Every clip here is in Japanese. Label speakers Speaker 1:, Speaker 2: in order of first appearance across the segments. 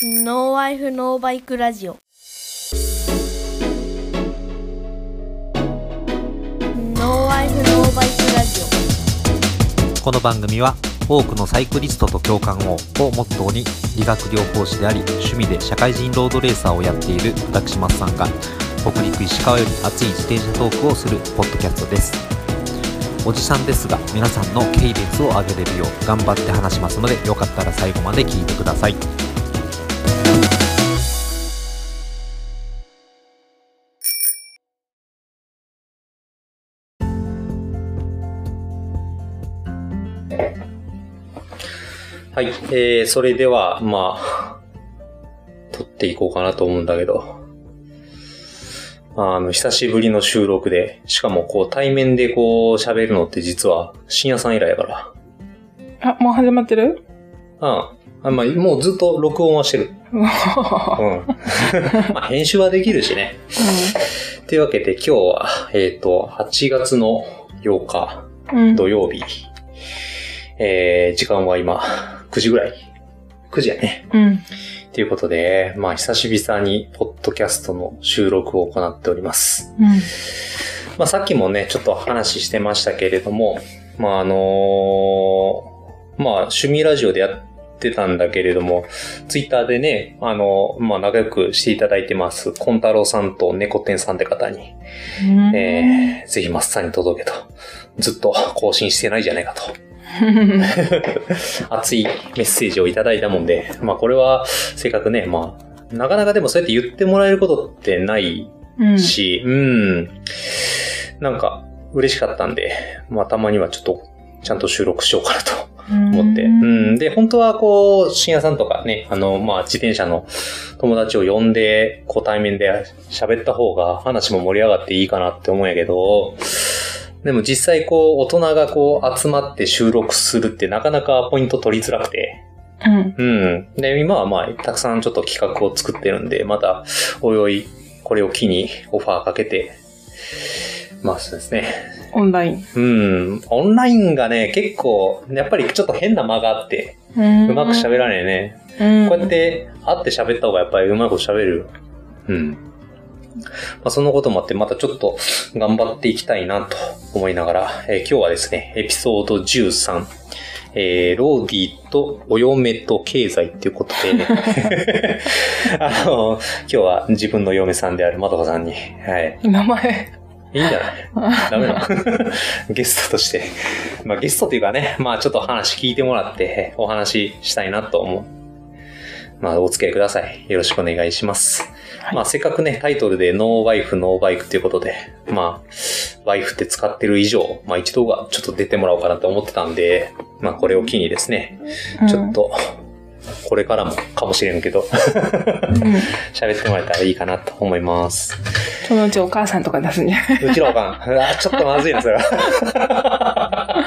Speaker 1: ノーワイフノーバイクラジオ。ノーワイフノーバイクラジ
Speaker 2: この番組は多くのサイクリストと共感ををモットーに理学療法士であり趣味で社会人ロードレーサーをやっている私松さんが北陸石川より熱い自転車トークをするポッドキャストですおじさんですが皆さんの軽蔑を上げれるよう頑張って話しますのでよかったら最後まで聞いてください
Speaker 3: はい、えー、それでは、まあ、撮っていこうかなと思うんだけど、あの、久しぶりの収録で、しかもこう対面でこう喋るのって実は深夜さん以来やか
Speaker 4: あ、もう始まってる
Speaker 3: ら、うん。あまあ、もうずっと録音はしてる。
Speaker 4: うん。
Speaker 3: うん。まあ、編集はできるしね。というわけで今日は、えっ、と、8月の8日、
Speaker 4: うん。
Speaker 3: 土曜日。えー、時間は今、9時ぐらい。9時やね。
Speaker 4: うん。
Speaker 3: ということで、まあ、久し々に、ポッドキャストの収録を行っております。
Speaker 4: うん。
Speaker 3: まあ、さっきもね、ちょっと話してましたけれども、まあ、あのーまあ、趣味ラジオでやってたんだけれども、ツイッターでね、あのーまあ、仲良くしていただいてます、コンタロウさんと猫天さんって方に、
Speaker 4: うん。
Speaker 3: えー、ぜひマッサに届けと、ずっと更新してないじゃないかと。 熱いメッセージをいただいたもんで、まあこれは、せっかくね、まあ、なかなかでもそうやって言ってもらえることってない
Speaker 4: うん。
Speaker 3: し、うん、なんか、嬉しかったんで、まあたまにはちょっと、ちゃんと収録しようかなと思って。うん、で、本当はこう、深夜さんとかね、あの、まあ自転車の友達を呼んで、こう対面で喋った方が話も盛り上がっていいかなって思うんやけど、でも実際こう、大人がこう、集まって収録するってなかなかポイント取りづらくて。
Speaker 4: うん。
Speaker 3: うん。で、今はまあ、たくさんちょっと企画を作ってるんで、また、おいおい、これを機にオファーかけて、まあそうですね。
Speaker 4: オンライン。
Speaker 3: うん。オンラインがね、結構、やっぱりちょっと変な間があって、
Speaker 4: う
Speaker 3: うまく喋
Speaker 4: る。
Speaker 3: らねえね。
Speaker 4: うん。
Speaker 3: こうやっ。て、会って喋った方がやっぱりうまいこと喋れる。うん。まあそのこともあって、またちょっと頑張っていきたいなと思いながら、えー今日はですね、エピソード13。えー、ローディとお嫁と経済っていうことで、 ね、 あの、今日は自分の嫁さんであるまどかさんに、はい。
Speaker 4: 名 前。
Speaker 3: いいんじゃないダメなのゲストとして。まあゲストというかね、まあちょっと話聞いてもらって、お話ししたいなと思う。まあお付き合いください。よろしくお願いします。
Speaker 4: はい
Speaker 3: まあせっかくね、タイトルでノーワイフ、ノーバイクということで、まあ、ワイフって使ってる以上、まあ一度はちょっと出てもらおうかなと思ってたんで、まあこれを機にですね、ちょっと、これからもかもしれんけど、
Speaker 4: うん。うん
Speaker 3: 喋ってもらえたらいいかなと思います。
Speaker 4: そのうちお母さんとか出すんじゃないう
Speaker 3: ちのおかん。う わちょっとまずいな、それは。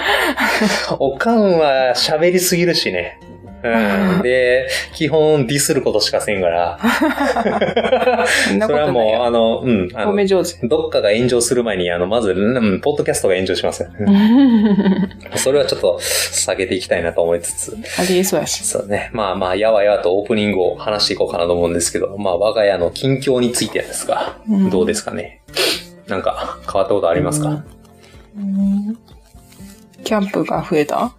Speaker 3: おかんは喋りすぎるしね。うん。で、基本ディスることしかせんから。
Speaker 4: そんな
Speaker 3: そ
Speaker 4: こ
Speaker 3: れは
Speaker 4: とない
Speaker 3: もう、
Speaker 4: よ。
Speaker 3: あの、うん。あ
Speaker 4: 褒め
Speaker 3: の
Speaker 4: 上手。
Speaker 3: どっかが炎上する前に、あの、まず、うん、ポッドキャストが炎上します。それはちょっと下げていきたいなと思いつつ。
Speaker 4: ありえそうやし。
Speaker 3: そうね。まあまあ、やわやわとオープニングを話していこうかなと思うんですけど、まあ、我が家の近況についてですが、
Speaker 4: うん
Speaker 3: どうですかね。なんか、変わったことありますか、
Speaker 4: キャンプが増えた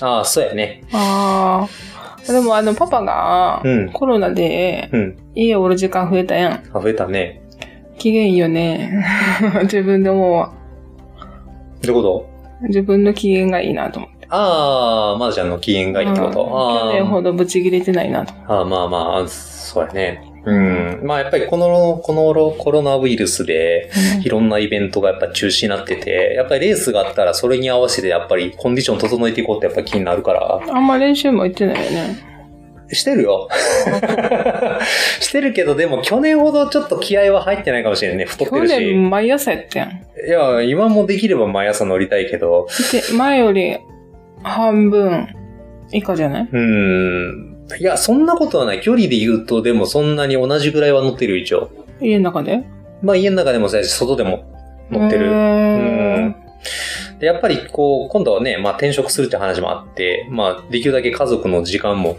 Speaker 3: ああ、そうやね。
Speaker 4: ああ。でもあの、パパが
Speaker 3: うん、
Speaker 4: コロナで
Speaker 3: うん。
Speaker 4: 家おる時間増えたやん。
Speaker 3: あ、増えたね。
Speaker 4: 機嫌いいよね。 自分で思うわ。
Speaker 3: どういうこ
Speaker 4: 自分の機嫌がいいなと思って。
Speaker 3: とああ、まだちゃんの機嫌がいいってこと、
Speaker 4: うん去年ほどブチ切れてないなと思って。
Speaker 3: ああ、まあまああ、そうやね。うん。まあやっぱりこの、このコロナウイルスで、いろんなイベントがやっぱ中止になってて、やっぱりレースがあったらそれに合わせてやっぱりコンディション整えていこうってやっぱ気になるから。
Speaker 4: あんま練習も行ってないよね。
Speaker 3: してる よ。してるけどでも去年ほどちょっと気合は入ってないかもしれないね。太って
Speaker 4: 去
Speaker 3: るし。
Speaker 4: 年毎朝やったやん。
Speaker 3: いや、今もできれば毎朝乗りたいけど、
Speaker 4: で、前より半分以下じゃないう
Speaker 3: ーん。いや、そんなことはない。距離で言うと、でもそんなに同じぐらいは乗ってるよ、一応。
Speaker 4: 家の中で
Speaker 3: まあ家の中でもそうやし、外でも乗って
Speaker 4: へ
Speaker 3: る。う
Speaker 4: ー
Speaker 3: ん。で、やっぱりこう、今度はね、まあ転職するって話もあって、まあできるだけ家族の時間も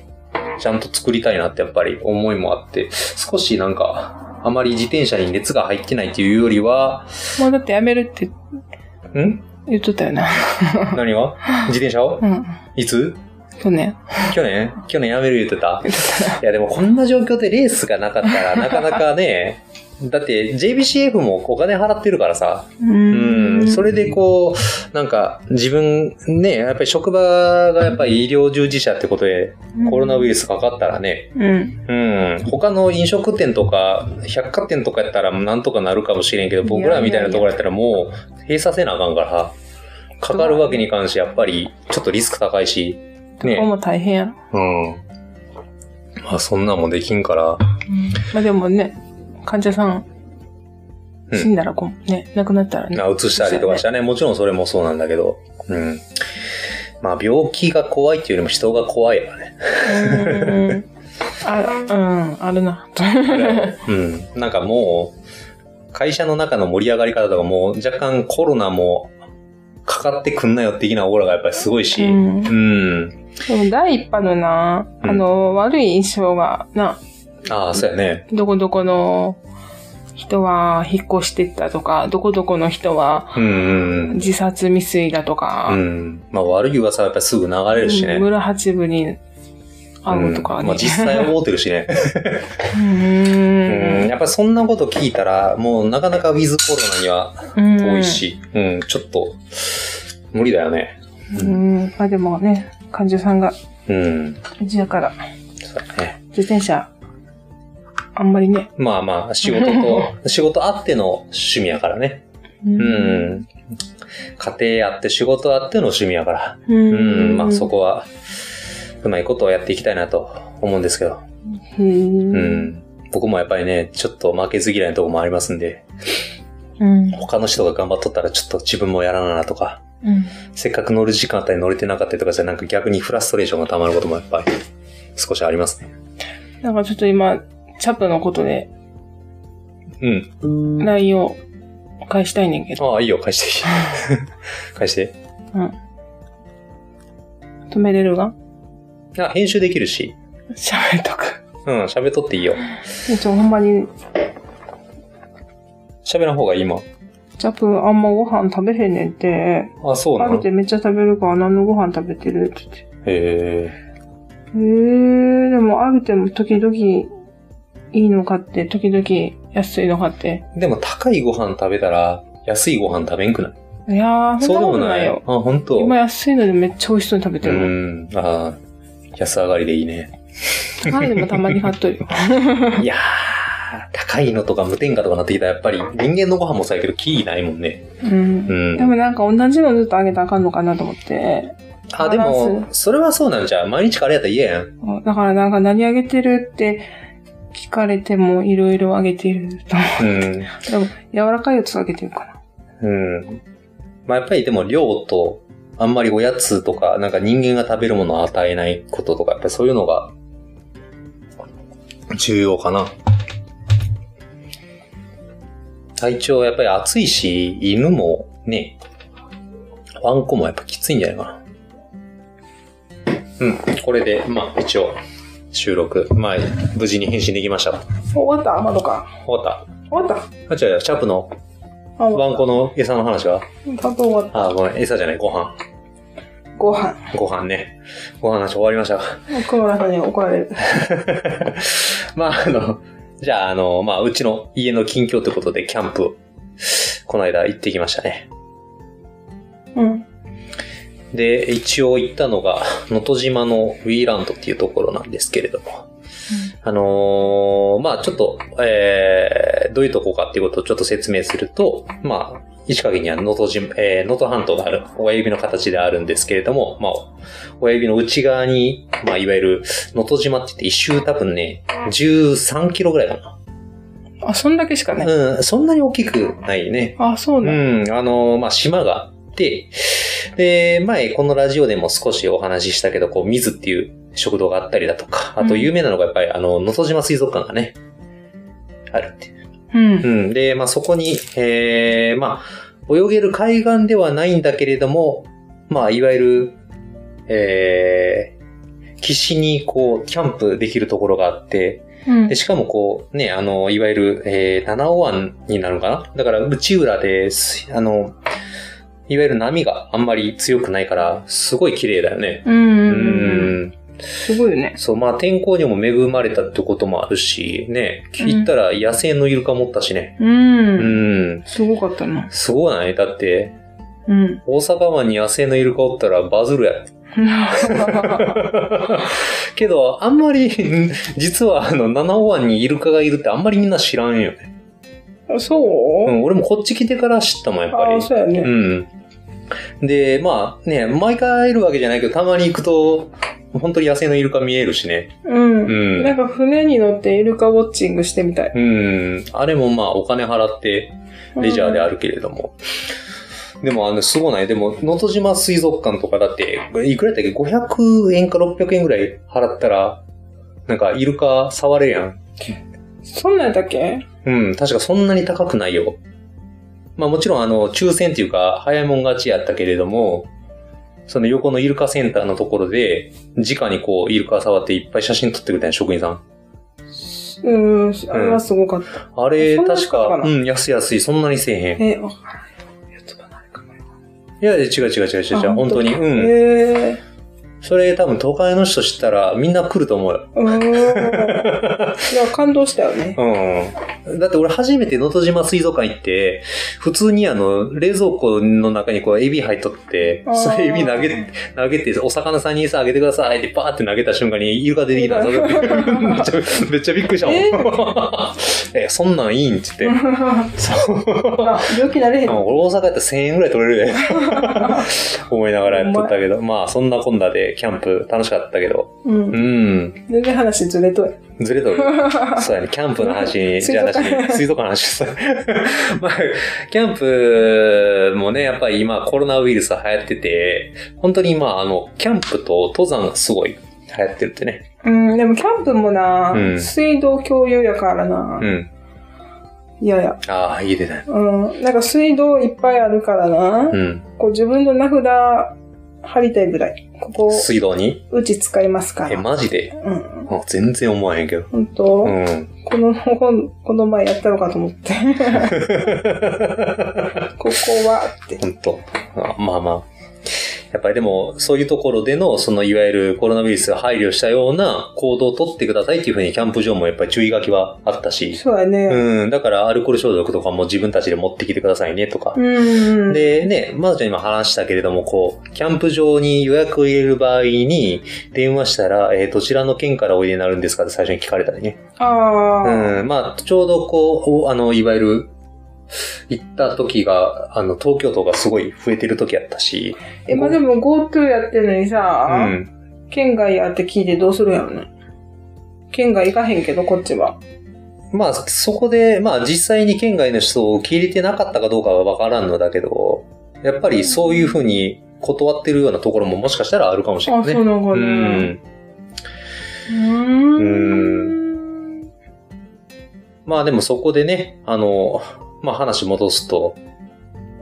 Speaker 3: ちゃんと作りたいなってやっぱり思いもあって、少しなんか、あまり自転車に熱が入ってないっていうよりは、
Speaker 4: もうだってやめるって
Speaker 3: ん
Speaker 4: 言っとったよな。
Speaker 3: 何が自転車を
Speaker 4: うん。
Speaker 3: いつ
Speaker 4: 去年。
Speaker 3: 去年去年やめる言ってたいやでもこんな状況でレースがなかった らなかなかね、だって JBCF もお金払ってるからさ、
Speaker 4: う
Speaker 3: うん、そ
Speaker 4: れ。
Speaker 3: れでこう、なんか自分ね、やっぱり職場がやっぱり医療従事者ってことでコロナウイルスかかったらね、
Speaker 4: うん。
Speaker 3: うん、他の飲食店とか百貨店とかやったらなんとかなるかもしれんけど、僕らみたいなところやったらもう閉鎖せなあかんからさ、かかるわけに関してやっぱりちょっとリスク高いし、
Speaker 4: ここ
Speaker 3: ね、
Speaker 4: も大変やろ。
Speaker 3: うん。まあそんなんもできんから、
Speaker 4: まあでもね、患者さん、
Speaker 3: うん
Speaker 4: 死んだらこ、ね、亡くなったらね。
Speaker 3: な移したりとかしたね。もちろんそれもそうなんだけど。うん。まあ、病気が怖いっていうよりも人が怖いよね。
Speaker 4: うん。あ、うん、あるな。
Speaker 3: うん。なんかもう、会社の中の盛り上がり方とかも、若干コロナもかかってくんなよ的なオーラがやっぱりすごいし。
Speaker 4: う
Speaker 3: うん。
Speaker 4: ん。でも第一波のな、
Speaker 3: うん
Speaker 4: あの、悪い印象が、な、
Speaker 3: ああ、そうやね。
Speaker 4: どこどこの人は引っ越してったとか、どこどこの人は
Speaker 3: うんうん
Speaker 4: 自殺未遂だと
Speaker 3: うん。う
Speaker 4: か、
Speaker 3: ん。まあ、悪い噂はやっぱりすぐ流れるしね。
Speaker 4: 村八分に会うとか
Speaker 3: う
Speaker 4: ね。
Speaker 3: んまあ、実際思ってるしね。
Speaker 4: う
Speaker 3: うんん。やっぱりそんなこと聞いたら、もうなかなかウィズコロナには
Speaker 4: うん
Speaker 3: 遠いし、うん、ちょっと、無理だよね。
Speaker 4: うん。まあでもね、患者さんが、
Speaker 3: うん。
Speaker 4: うちやから、
Speaker 3: そうだね。
Speaker 4: 自転車、あんまりね。
Speaker 3: まあまあ、仕事 と、仕事あっての趣味やからね。
Speaker 4: う
Speaker 3: うん。家庭あって仕事あっての趣味やから。
Speaker 4: うん
Speaker 3: うん、まあそ。こは、うまいことをやっていきたいなと思うんですけど。
Speaker 4: う。
Speaker 3: うんん。僕もやっぱりね、ちょっと負けず嫌いなとこもありますんで、
Speaker 4: うん。
Speaker 3: 他の人が頑張っとったらちょっと自分もやらななとか、
Speaker 4: うん。
Speaker 3: せっかく乗る時間あったり乗れてなかったりとかじゃなんか逆にフラストレーションが溜まることもやっぱり少しありますね。
Speaker 4: なんかちょっと今、チャップのことで
Speaker 3: うん。
Speaker 4: LINE を返したいねんけど、
Speaker 3: ああ、いいよ、返して。 返して。
Speaker 4: 止めれるが
Speaker 3: あ、編集できるし。
Speaker 4: 喋っとく。
Speaker 3: うん、喋っとっていいよ。
Speaker 4: ちょ、ほんまに、
Speaker 3: 喋らん方がいいもん。
Speaker 4: チャップあんまご飯食べへんねんって、
Speaker 3: あ、そうな
Speaker 4: ある
Speaker 3: の
Speaker 4: てめっちゃ食べるから何のご飯食べてるって言って。へ
Speaker 3: へ
Speaker 4: えー、でもあるても時々いいの買って、時々安いの買って。
Speaker 3: え。でも高いご飯食べたら、安いご飯食べんくない
Speaker 4: いやー、
Speaker 3: そうで
Speaker 4: そ
Speaker 3: も
Speaker 4: んなこと
Speaker 3: な。
Speaker 4: ないい
Speaker 3: あ、
Speaker 4: よ。
Speaker 3: ほんと。
Speaker 4: 今安いのでめっちゃ美味しそうに食べて
Speaker 3: う
Speaker 4: るもん。
Speaker 3: ん。ああ、安上がりでいいね。
Speaker 4: 高いのもたまに買っとるよ。
Speaker 3: いやー、高いのとか無添加とかなってきたら、やっぱり人間のご飯もそうやけど、キーないもんね。
Speaker 4: うん
Speaker 3: う。ん。
Speaker 4: でもなんか同じのずっとあげたらあかんのかなと思って。
Speaker 3: あ、で
Speaker 4: バ
Speaker 3: も
Speaker 4: ラ、
Speaker 3: それはそうなんじゃう。毎日カレーやったら嫌やん。
Speaker 4: だからなんか何あげてるって聞かれてもいろいろあげてると思
Speaker 3: うん。
Speaker 4: う。でも柔らかいやつあげてるかな。
Speaker 3: うん。まあ、やっぱりでも量と、あんまりおやつとか、なんか人間が食べるものを与えないこととか、やっぱりそういうのが、重要かな。体調やっぱり暑いし、犬もね、ワンコもやっぱきついんじゃないかな。うん、これで、まあ一応、収録、まあ無事に返信できました。
Speaker 4: 終わったまどか。
Speaker 3: 終わっ
Speaker 4: 終わった
Speaker 3: あ、違う違う、シャープの
Speaker 4: たあ、
Speaker 3: ワンコの餌の話は
Speaker 4: たぶん終わっ
Speaker 3: あ、ごめん、餌じゃない、ご飯。
Speaker 4: た。ご飯。
Speaker 3: ご飯ね。ご飯の話終わりましたか。
Speaker 4: この中に怒られる。
Speaker 3: まあ、あの、じゃあ、あの、まあ、うちの家の近況ということで、キャンプ、この間行ってきましたね。
Speaker 4: うん。
Speaker 3: で、一応行ったのが、能登島のウィーランドっていうところなんですけれども。あのーまあちょっと、えー、どういうとこかっていうことをちょっと説明すると、まあ石川県には能登島、えー、能登半島がある、親指の形であるんですけれども、まあ親指の内側に、まあいわゆる能登島って言って一周多分ね、13キロぐらいかな。
Speaker 4: あ、そんだけしかね。
Speaker 3: うん、そんなに大きくないね。
Speaker 4: あ、そうね。
Speaker 3: うん、あの、まあ、島があって、で、前、このラジオでも少しお話ししたけど、こう、水っていう食堂があったりだとか、あと
Speaker 4: うん
Speaker 3: 有名なのがやっぱり、あの、能登島水族館がね、あるっていう。
Speaker 4: うん。
Speaker 3: うん。で、まあ、そこに、えー、まあ、泳げる海岸ではないんだけれども、まあ、いわゆる、えー、岸にこう、キャンプできるところがあって、
Speaker 4: うん
Speaker 3: で、しかもこう、ね、あの、いわゆる、えー、七尾湾になるのかなだから、内浦です、あの、いわゆる波があんまり強くないから、すごい綺麗だよね。
Speaker 4: うん
Speaker 3: う
Speaker 4: うんうん。
Speaker 3: ん。
Speaker 4: すごいよね。
Speaker 3: そう、まあ天候にも恵まれたってこともあるし、ね、聞いたら野生のイルカ持ったしね。
Speaker 4: う。
Speaker 3: うんん。
Speaker 4: すごかったな。
Speaker 3: すごいないだって、
Speaker 4: うん。
Speaker 3: 大阪湾に野生のイルカおったらバズるやろ。けど、あんまり、 実はあの、七尾湾にイルカがいるってあんまりみんな知らんよね。、
Speaker 4: そううん
Speaker 3: 俺もこっち来てから知ったもん、やっぱ
Speaker 4: あ
Speaker 3: り
Speaker 4: あ、。そうやね。
Speaker 3: うん。で、まあね、毎回会えるわけじゃないけど、たまに行くと、本当に野生のイルカ見えるしね。
Speaker 4: うん。
Speaker 3: うん
Speaker 4: なんか船に乗ってイルカウォッチングしてみたい。
Speaker 3: うん。あれもまあお金払って、レジャーであるけれども。でも、あの、すごない。でも、能登島水族館とかだって、いくらだったっけ ?500 円か600円ぐらい払ったら、なんか、イルカ触れるやん。
Speaker 4: そんなんやったっけ
Speaker 3: うん、確かそんなに高くないよ。まあもちろん、あの、抽選っていうか、早いもん勝ちやったけれども、その横のイルカセンターのところで、直にこう、イルカ触っていっぱい写真撮ってくれたんや職員さん。
Speaker 4: うん、あれはすごかった。
Speaker 3: あれ、
Speaker 4: そんな
Speaker 3: 確か
Speaker 4: 高い、か
Speaker 3: う、
Speaker 4: なん
Speaker 3: 安い安い、そんなにせえへん。
Speaker 4: え、わからない。やつばないかない
Speaker 3: や、違う違う違う違う違う、
Speaker 4: あ
Speaker 3: 本当に。うん。
Speaker 4: へえ。
Speaker 3: それ多分都会の人知ったらみんな来ると思うよ。
Speaker 4: うん。いや、感動したよね。
Speaker 3: うん。だって俺初めて能登島水族館行って、普通にあの、冷蔵庫の中にこうエビ入っとって
Speaker 4: あ、ー
Speaker 3: それエビ投げ、投げて、お魚さんに餌あげてくださいってパーって投げた瞬間にイルカ出てきた んだめっちゃ、めっちゃびっくりしたもん。 えそんなんいいんっつって。そう。
Speaker 4: あ、病気なれへん
Speaker 3: うん
Speaker 4: の。
Speaker 3: 俺大阪やったら1000円ぐらい取れるで。 思いながらやっとったけど。まあ、そんなこんなでキャンプ楽しかったけど。
Speaker 4: う。
Speaker 3: うんん。
Speaker 4: 全然話ずれとる。
Speaker 3: ずれと る。そうやね。キャンプの話に、
Speaker 4: 水
Speaker 3: じゃあ
Speaker 4: 族
Speaker 3: なし
Speaker 4: 館
Speaker 3: に、水族館の話した。 まあ、キャンプもね、やっぱり今コロナウイルス流行ってて、本当に今、あの、キャンプと登山がすごい流行ってるってね。
Speaker 4: うん、でもキャンプもな、
Speaker 3: うん
Speaker 4: 水道共有やからな
Speaker 3: う。ん。
Speaker 4: いやいや。
Speaker 3: ああ、いい出たね。
Speaker 4: うん。なんか水道いっぱいあるからな。
Speaker 3: うん。
Speaker 4: こう自分の名札貼りたいぐらい。ここ、
Speaker 3: 水道に
Speaker 4: うち使いますか
Speaker 3: え、
Speaker 4: ら。
Speaker 3: マジで
Speaker 4: うん。
Speaker 3: あ全然思わへんけど。
Speaker 4: 本当、
Speaker 3: うん。
Speaker 4: この本、この前やったのかと思 って。ここはって。
Speaker 3: 本当あまあまあ。やっぱりでも、そういうところでの、その、いわゆるコロナウイルスが配慮したような行動をとってくださいっていうふうに、キャンプ場もやっぱり注意書きはあったし、
Speaker 4: そうやね。
Speaker 3: うん、だからアルコール消毒とかも自分たちで持ってきてくださいねとか。
Speaker 4: うん。
Speaker 3: で、ね、まずちゃん今話したけれども、こう、キャンプ場に予約を入れる場合に、電話したら、えーどちらの県からおいでになるんですかって最初に聞かれたりね。
Speaker 4: ああ、
Speaker 3: うん、まあ、ちょうどこう、あの、いわゆる、行った時が、あの、東京都がすごい増えてる時やったし。
Speaker 4: え、まあ、でも GoTo やってるのに
Speaker 3: う
Speaker 4: さ、
Speaker 3: ん。
Speaker 4: 県外やって聞いてどうするんやろね。県外行かへんけど、こっちは。
Speaker 3: まあ、そこで、まあ、実際に県外の人を受け入れてなかったかどうかはわからんのだけど、やっぱりそういうふうに断ってるようなところももしかしたらあるかもしれ
Speaker 4: あ、
Speaker 3: ないね
Speaker 4: そう。なんか
Speaker 3: う
Speaker 4: ね。
Speaker 3: ん。
Speaker 4: うーん。
Speaker 3: まあでもそこでね、あの、まあ話戻すと、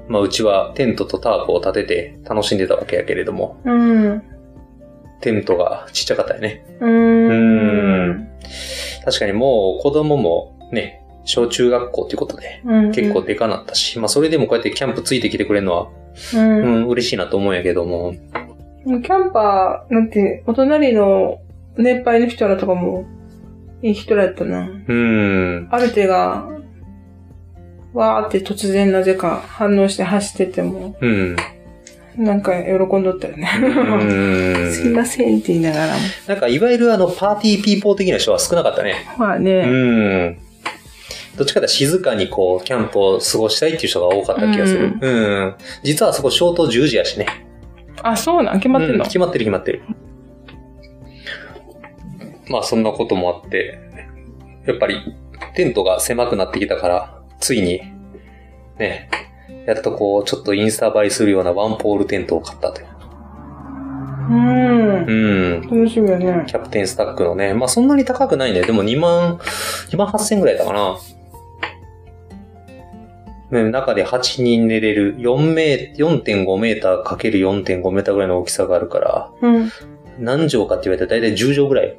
Speaker 3: まあうちはテントとタープを立てて楽しんでたわけやけれども、
Speaker 4: うん。
Speaker 3: テントがちっちゃかったよね。
Speaker 4: うーん。
Speaker 3: 確かにもう子供もね、小中学校ということで、
Speaker 4: うん
Speaker 3: 結構、でかなったし、まあそれでもこうやってキャンプついてきてくれるのは、
Speaker 4: うん
Speaker 3: うん、嬉しいなと思うんやけども、
Speaker 4: もうキャンパー、なんて、お隣の年配の人らとかも、いい人らやったな。
Speaker 3: うん、
Speaker 4: ある手が、わーって突然なぜか反応して走ってても、
Speaker 3: うん、
Speaker 4: なんか喜んどったよ
Speaker 3: う
Speaker 4: ね。 すい
Speaker 3: ん。
Speaker 4: ませんって言いながらも。
Speaker 3: なんかいわゆるあのパーティーピーポー的な人は少なかったね。
Speaker 4: まあね。
Speaker 3: うん。どっちかというと静かにこう、キャンプを過ごしたいっていう人が多かった気がする。うん。実はあそこ消灯10時やしね。
Speaker 4: あ、そうなん決まってん
Speaker 3: うん
Speaker 4: の、
Speaker 3: 決まってる決まってる。まあそんなこともあって、やっぱりテントが狭くなってきたから、ついに、ね、やっとこう、ちょっとインスタ映えするようなワンポールテントを買ったという。
Speaker 4: うん。
Speaker 3: うん。
Speaker 4: 楽しみよね。
Speaker 3: キャプテンスタックのね、まあそんなに高くないね。でも2万、2万8000ぐらいだかな。ね、中で8人寝れる4メー、4.5メーターかける4.5メーターぐらいの大きさがあるから、
Speaker 4: うん。
Speaker 3: 何畳かって言われたら大体10畳ぐらい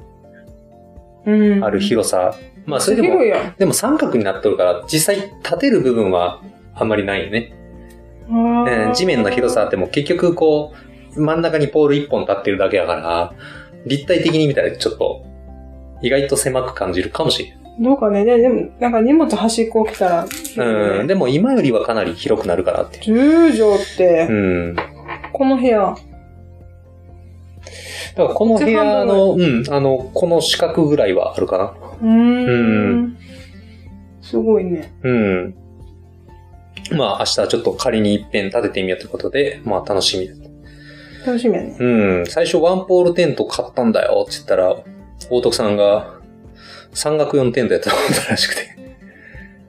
Speaker 4: うん。
Speaker 3: ある広さ。まあ、それでも、
Speaker 4: 広いや
Speaker 3: でも三角になっとるから、実際立てる部分はあんまりないよね。
Speaker 4: ん。
Speaker 3: うん、地面の広さあっても結局こう、真ん中にポール一本立ってるだけだから、立体的に見たらちょっと、意外と狭く感じるかもしれない。
Speaker 4: どうかね、ででも、なんか荷物端っこ来たら、
Speaker 3: うん、でも今よりはかなり広くなるからって。
Speaker 4: 10畳って、
Speaker 3: うん。
Speaker 4: この部屋、
Speaker 3: だからこの部屋の、うん、あの、この四角ぐらいはあるかな。
Speaker 4: うーん。すごいね。
Speaker 3: うん。まあ明日はちょっと仮に一遍立ててみようということで、まあ楽しみだ
Speaker 4: 楽しみやね。
Speaker 3: うん、最初ワンポールテント買ったんだよって言ったら、大徳さんが、山岳用のテントやったことらしくて、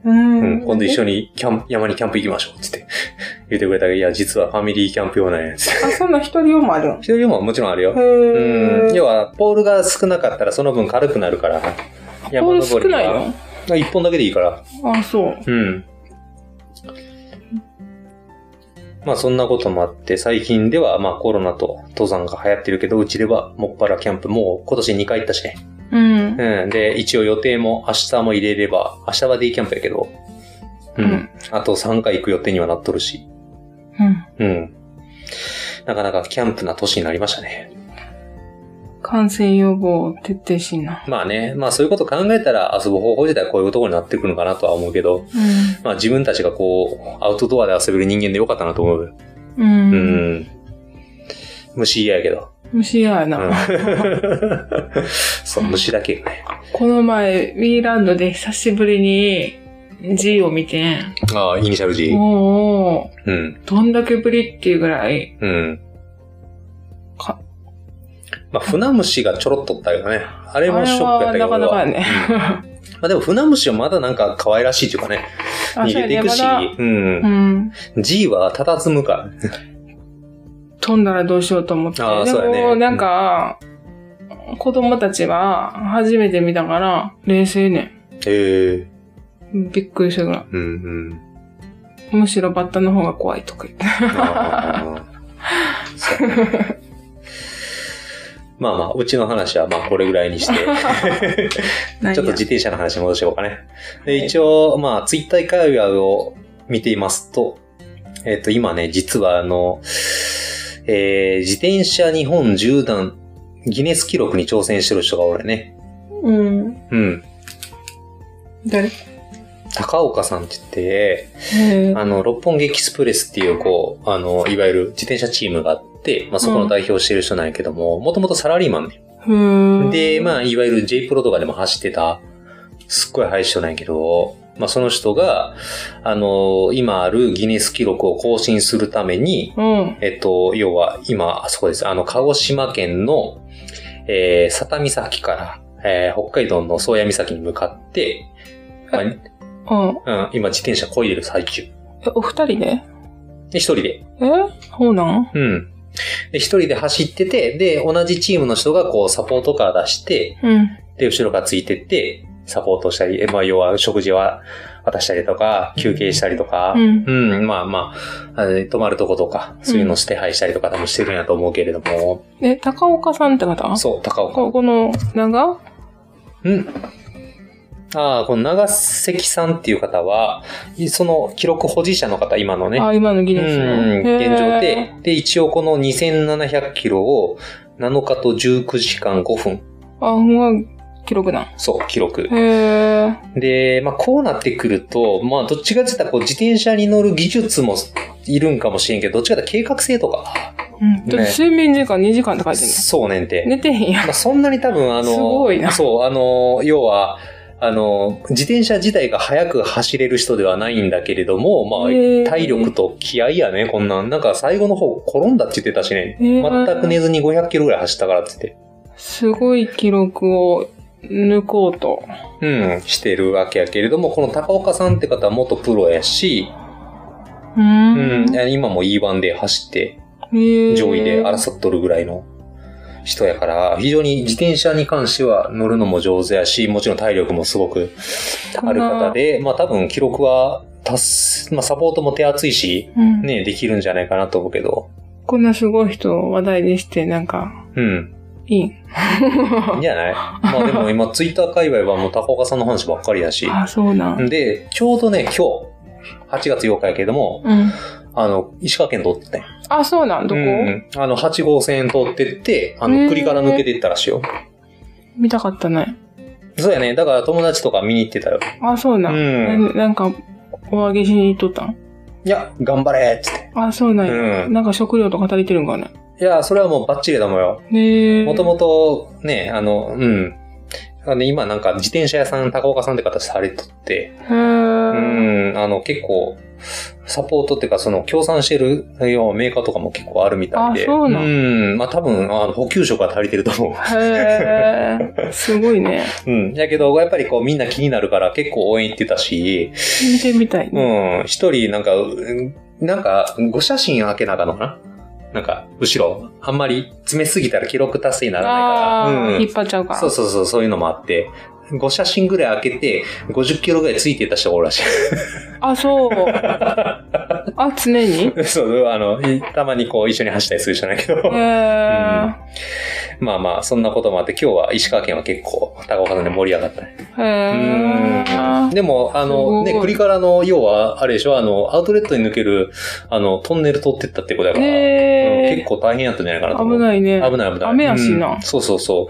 Speaker 4: う
Speaker 3: うんん、今度一緒
Speaker 4: に。
Speaker 3: にキャンプ山にキャンプ行きましょうって言って、 言ってくれたけど、いや、実はファミリーキャンプ用なんやつって。
Speaker 4: あ、そんな一人用もあるん。へ
Speaker 3: 一人用ももちろんあるよ。う
Speaker 4: ー
Speaker 3: ん、要は、ポールが少なかったらその分軽くなるから、
Speaker 4: こ
Speaker 3: 山
Speaker 4: れ
Speaker 3: 登
Speaker 4: 少
Speaker 3: り
Speaker 4: ない
Speaker 3: は
Speaker 4: の
Speaker 3: 一本だけでいいから。
Speaker 4: あ、そう。
Speaker 3: うん。まあそんなこともあって、最近ではまあコロナと登山が流行ってるけど、うちではもっぱらキャンプもう今年2回行ったしね。
Speaker 4: うん。
Speaker 3: うん。で、一応予定も明日も入れれば、明日はデイキャンプやけど、うん。
Speaker 4: うん
Speaker 3: あと3回行く予定にはなっとるし、
Speaker 4: うん。
Speaker 3: うん。なかなかキャンプな年になりましたね。
Speaker 4: 感染予防を徹底しな。
Speaker 3: まあね、まあそういうこと考えたら遊ぶ方法自体はこういうところになってくるのかなとは思うけど、
Speaker 4: う
Speaker 3: まあ自分たちがこう、アウトドアで遊べる人間でよかったなと思う。
Speaker 4: ん。
Speaker 3: う
Speaker 4: うん。
Speaker 3: ん。虫嫌やけど。
Speaker 4: 虫嫌や
Speaker 3: う
Speaker 4: な。
Speaker 3: ん そう、虫だけがね。
Speaker 4: この前、ウィーランドで久しぶりに G を見て、
Speaker 3: ああ、イニシャル G。
Speaker 4: もう、
Speaker 3: うん。
Speaker 4: どんだけぶりっていうぐら い、
Speaker 3: うん。
Speaker 4: か
Speaker 3: まあ、船虫がちょろっとおったけどね。あれもショックやったけど。
Speaker 4: あれはなかなかやね
Speaker 3: 俺はうんまあでも、船虫はまだなんか可愛らしいっていうかね。
Speaker 4: あ、
Speaker 3: 逃
Speaker 4: そう
Speaker 3: げて
Speaker 4: や
Speaker 3: い
Speaker 4: ね、
Speaker 3: く
Speaker 4: ま
Speaker 3: し。
Speaker 4: だ、
Speaker 3: う。
Speaker 4: うんん。
Speaker 3: G は佇むから。
Speaker 4: 飛んだらどうしようと思って。
Speaker 3: あー
Speaker 4: で
Speaker 3: そうやね
Speaker 4: も、なんか、子供たちは初めて見たから、冷静ね。
Speaker 3: へえ。
Speaker 4: びっくりしたぐら
Speaker 3: うんうん。
Speaker 4: い。むしろバッタの方が怖いとか言っ て。
Speaker 3: あーそうまあまあ、うちの話 はまあこれぐらいにして。ちょっと自転車の話に戻しようかね。で、一応、まあ、ツイッター界隈を見ていますと、えっ、と、今ね、実はあの、えー、自転車日本縦断、ギネス記録に挑戦してる人がおるね。
Speaker 4: うん。
Speaker 3: うん。
Speaker 4: 誰
Speaker 3: 高岡さんって言って、
Speaker 4: へー
Speaker 3: あの、六本木エキスプレスっていう、こう、あの、いわゆる自転車チームがあって、まあ、そこの代表してる人なんやけども、もともとサラリーマンね。
Speaker 4: ふーん。
Speaker 3: で、まあ、いわゆる J プロとかでも走ってた、すっごい速い人なんやけど、まあ、その人が、あの、今あるギネス記録を更新するために、
Speaker 4: うん。
Speaker 3: えっと、要は、今、あそこです。あの、鹿児島県の、えー、佐田岬から、えー、北海道の宗谷岬に向かって、まあ
Speaker 4: えうん。
Speaker 3: うん、今自転車漕いでる最中。
Speaker 4: え、お二人で
Speaker 3: で、一人で。
Speaker 4: えそうなん
Speaker 3: うん。で、一人で走ってて、で、同じチームの人がこう、サポートカー出して、
Speaker 4: うん。
Speaker 3: で、後ろがついてって、サポートしたり、えまあ、要は食事は渡したりとか、休憩したりとか、
Speaker 4: うん
Speaker 3: まあまあ、あの泊まるとことか、そういうのを手配したりとか多分してるんやと思うけれども、
Speaker 4: え、高岡さんって方
Speaker 3: そう、高岡。
Speaker 4: ここの長
Speaker 3: うん。ああ、この長関さんっていう方は、いその記録保持者の方、今のね、
Speaker 4: あ、今のギネスの。
Speaker 3: うん、
Speaker 4: へー
Speaker 3: 現状で、で、一応この2700キロを7日と19時間5分、
Speaker 4: あ、ほんま、記録なん。
Speaker 3: そう、記録。
Speaker 4: へー
Speaker 3: で、まあ、こうなってくると、まあ、どっちかって言ったら、こう、自転車に乗る技術もいるんかもしれんけど、どっちかって言ったら計画性とか。
Speaker 4: うん。だって睡眠時間2時間って書いてる
Speaker 3: そうねんて。
Speaker 4: 寝てへんやん。
Speaker 3: まあ、そんなに多分、あの、
Speaker 4: すごいな
Speaker 3: そう、あの、要は、あの、自転車自体が速く走れる人ではないんだけれども、まあ、
Speaker 4: へー
Speaker 3: 体力と気合やね、こんなん。なんか最後の方転んだって言ってたしね。
Speaker 4: へー
Speaker 3: 全く寝ずに500キロぐらい走ったからって言って。
Speaker 4: すごい記録を抜こうと。
Speaker 3: うん、してるわけやけれども、この高岡さんって方は元プロやし、
Speaker 4: うーん
Speaker 3: うん、今も E1 で走って、上位で争っとるぐらいの人やから、非常に自転車に関しては乗るのも上手やし、もちろん体力もすごくある方で、まあ多分記録は達す、まあサポートも手厚いし、
Speaker 4: うん
Speaker 3: ね、できるんじゃないかなと思うけど、
Speaker 4: こんなすごい人を話題にして、なんか、
Speaker 3: うん。
Speaker 4: いい。
Speaker 3: いいんじゃないまあでも今、ツイッター界隈はもう高岡さんの話ばっかりだし。
Speaker 4: あ、そうなん。
Speaker 3: で、ちょうどね、今日、8月8日やけれども、
Speaker 4: うん。
Speaker 3: あの、石川県通ってたよ
Speaker 4: あ、そうなん。どこ、
Speaker 3: うんあの、8号線通ってって、あ
Speaker 4: へ
Speaker 3: の、
Speaker 4: ー
Speaker 3: 栗から抜けていったらしいよ。
Speaker 4: 見たかったね。
Speaker 3: そうやね。だから友達とか見に行ってたよ。
Speaker 4: あ、そう
Speaker 3: う
Speaker 4: なん。
Speaker 3: ん。
Speaker 4: ななんか、お揚げしに行っとったん
Speaker 3: いや、頑張れっつって。
Speaker 4: あ、そうなんや、
Speaker 3: うん
Speaker 4: なんか食料とか足りてるんかね。
Speaker 3: いや、それはもうバッチリだもんよ。
Speaker 4: ねえ。
Speaker 3: もともと、ね、あの、うん。あの今なんか自転車屋さん、高岡さんって形されとって、
Speaker 4: へー
Speaker 3: うん、あの、結構、サポートっていうか、その、協賛してるようなメーカーとかも結構あるみたいで。
Speaker 4: あそうなん
Speaker 3: ん。まあ多分、あの補給食が足りてると 思
Speaker 4: へーすごいね。
Speaker 3: う。うん。やけど、やっぱりこう、みんな気になるから結構応援行ってたし、
Speaker 4: 見てみたい、
Speaker 3: う
Speaker 4: ね。
Speaker 3: ん、一人、なんか、うんなんか、ご写真開けなあかんのかななんか、後ろ、あんまり詰めすぎたら記録達成にならない
Speaker 4: あ
Speaker 3: から。
Speaker 4: ー
Speaker 3: うん
Speaker 4: 引っ張っちゃうから。
Speaker 3: そうそうそう、そういうのもあって、5写真ぐらい開けて、50キロぐらいついてた人がおるらしい。
Speaker 4: あ、そう。 あ、常に
Speaker 3: そう、あの、いたまにこう一緒に走ったりするじゃないけど。
Speaker 4: へー
Speaker 3: まあまあ、そんなこともあって、今日は石川県は結構、高岡さんで盛り上がったね。う
Speaker 4: へ
Speaker 3: ん
Speaker 4: ー
Speaker 3: でも、あの、
Speaker 4: す
Speaker 3: ね、
Speaker 4: ごい
Speaker 3: 栗からの、要は、あれでしょ、あの、アウトレットに抜ける、あの、トンネル通ってったってことだから、
Speaker 4: ねえ
Speaker 3: うん結構大変やったんじゃないかなと思う。
Speaker 4: 危ないね。
Speaker 3: 危ない危ない。
Speaker 4: 雨やしな
Speaker 3: うんそうそうそう。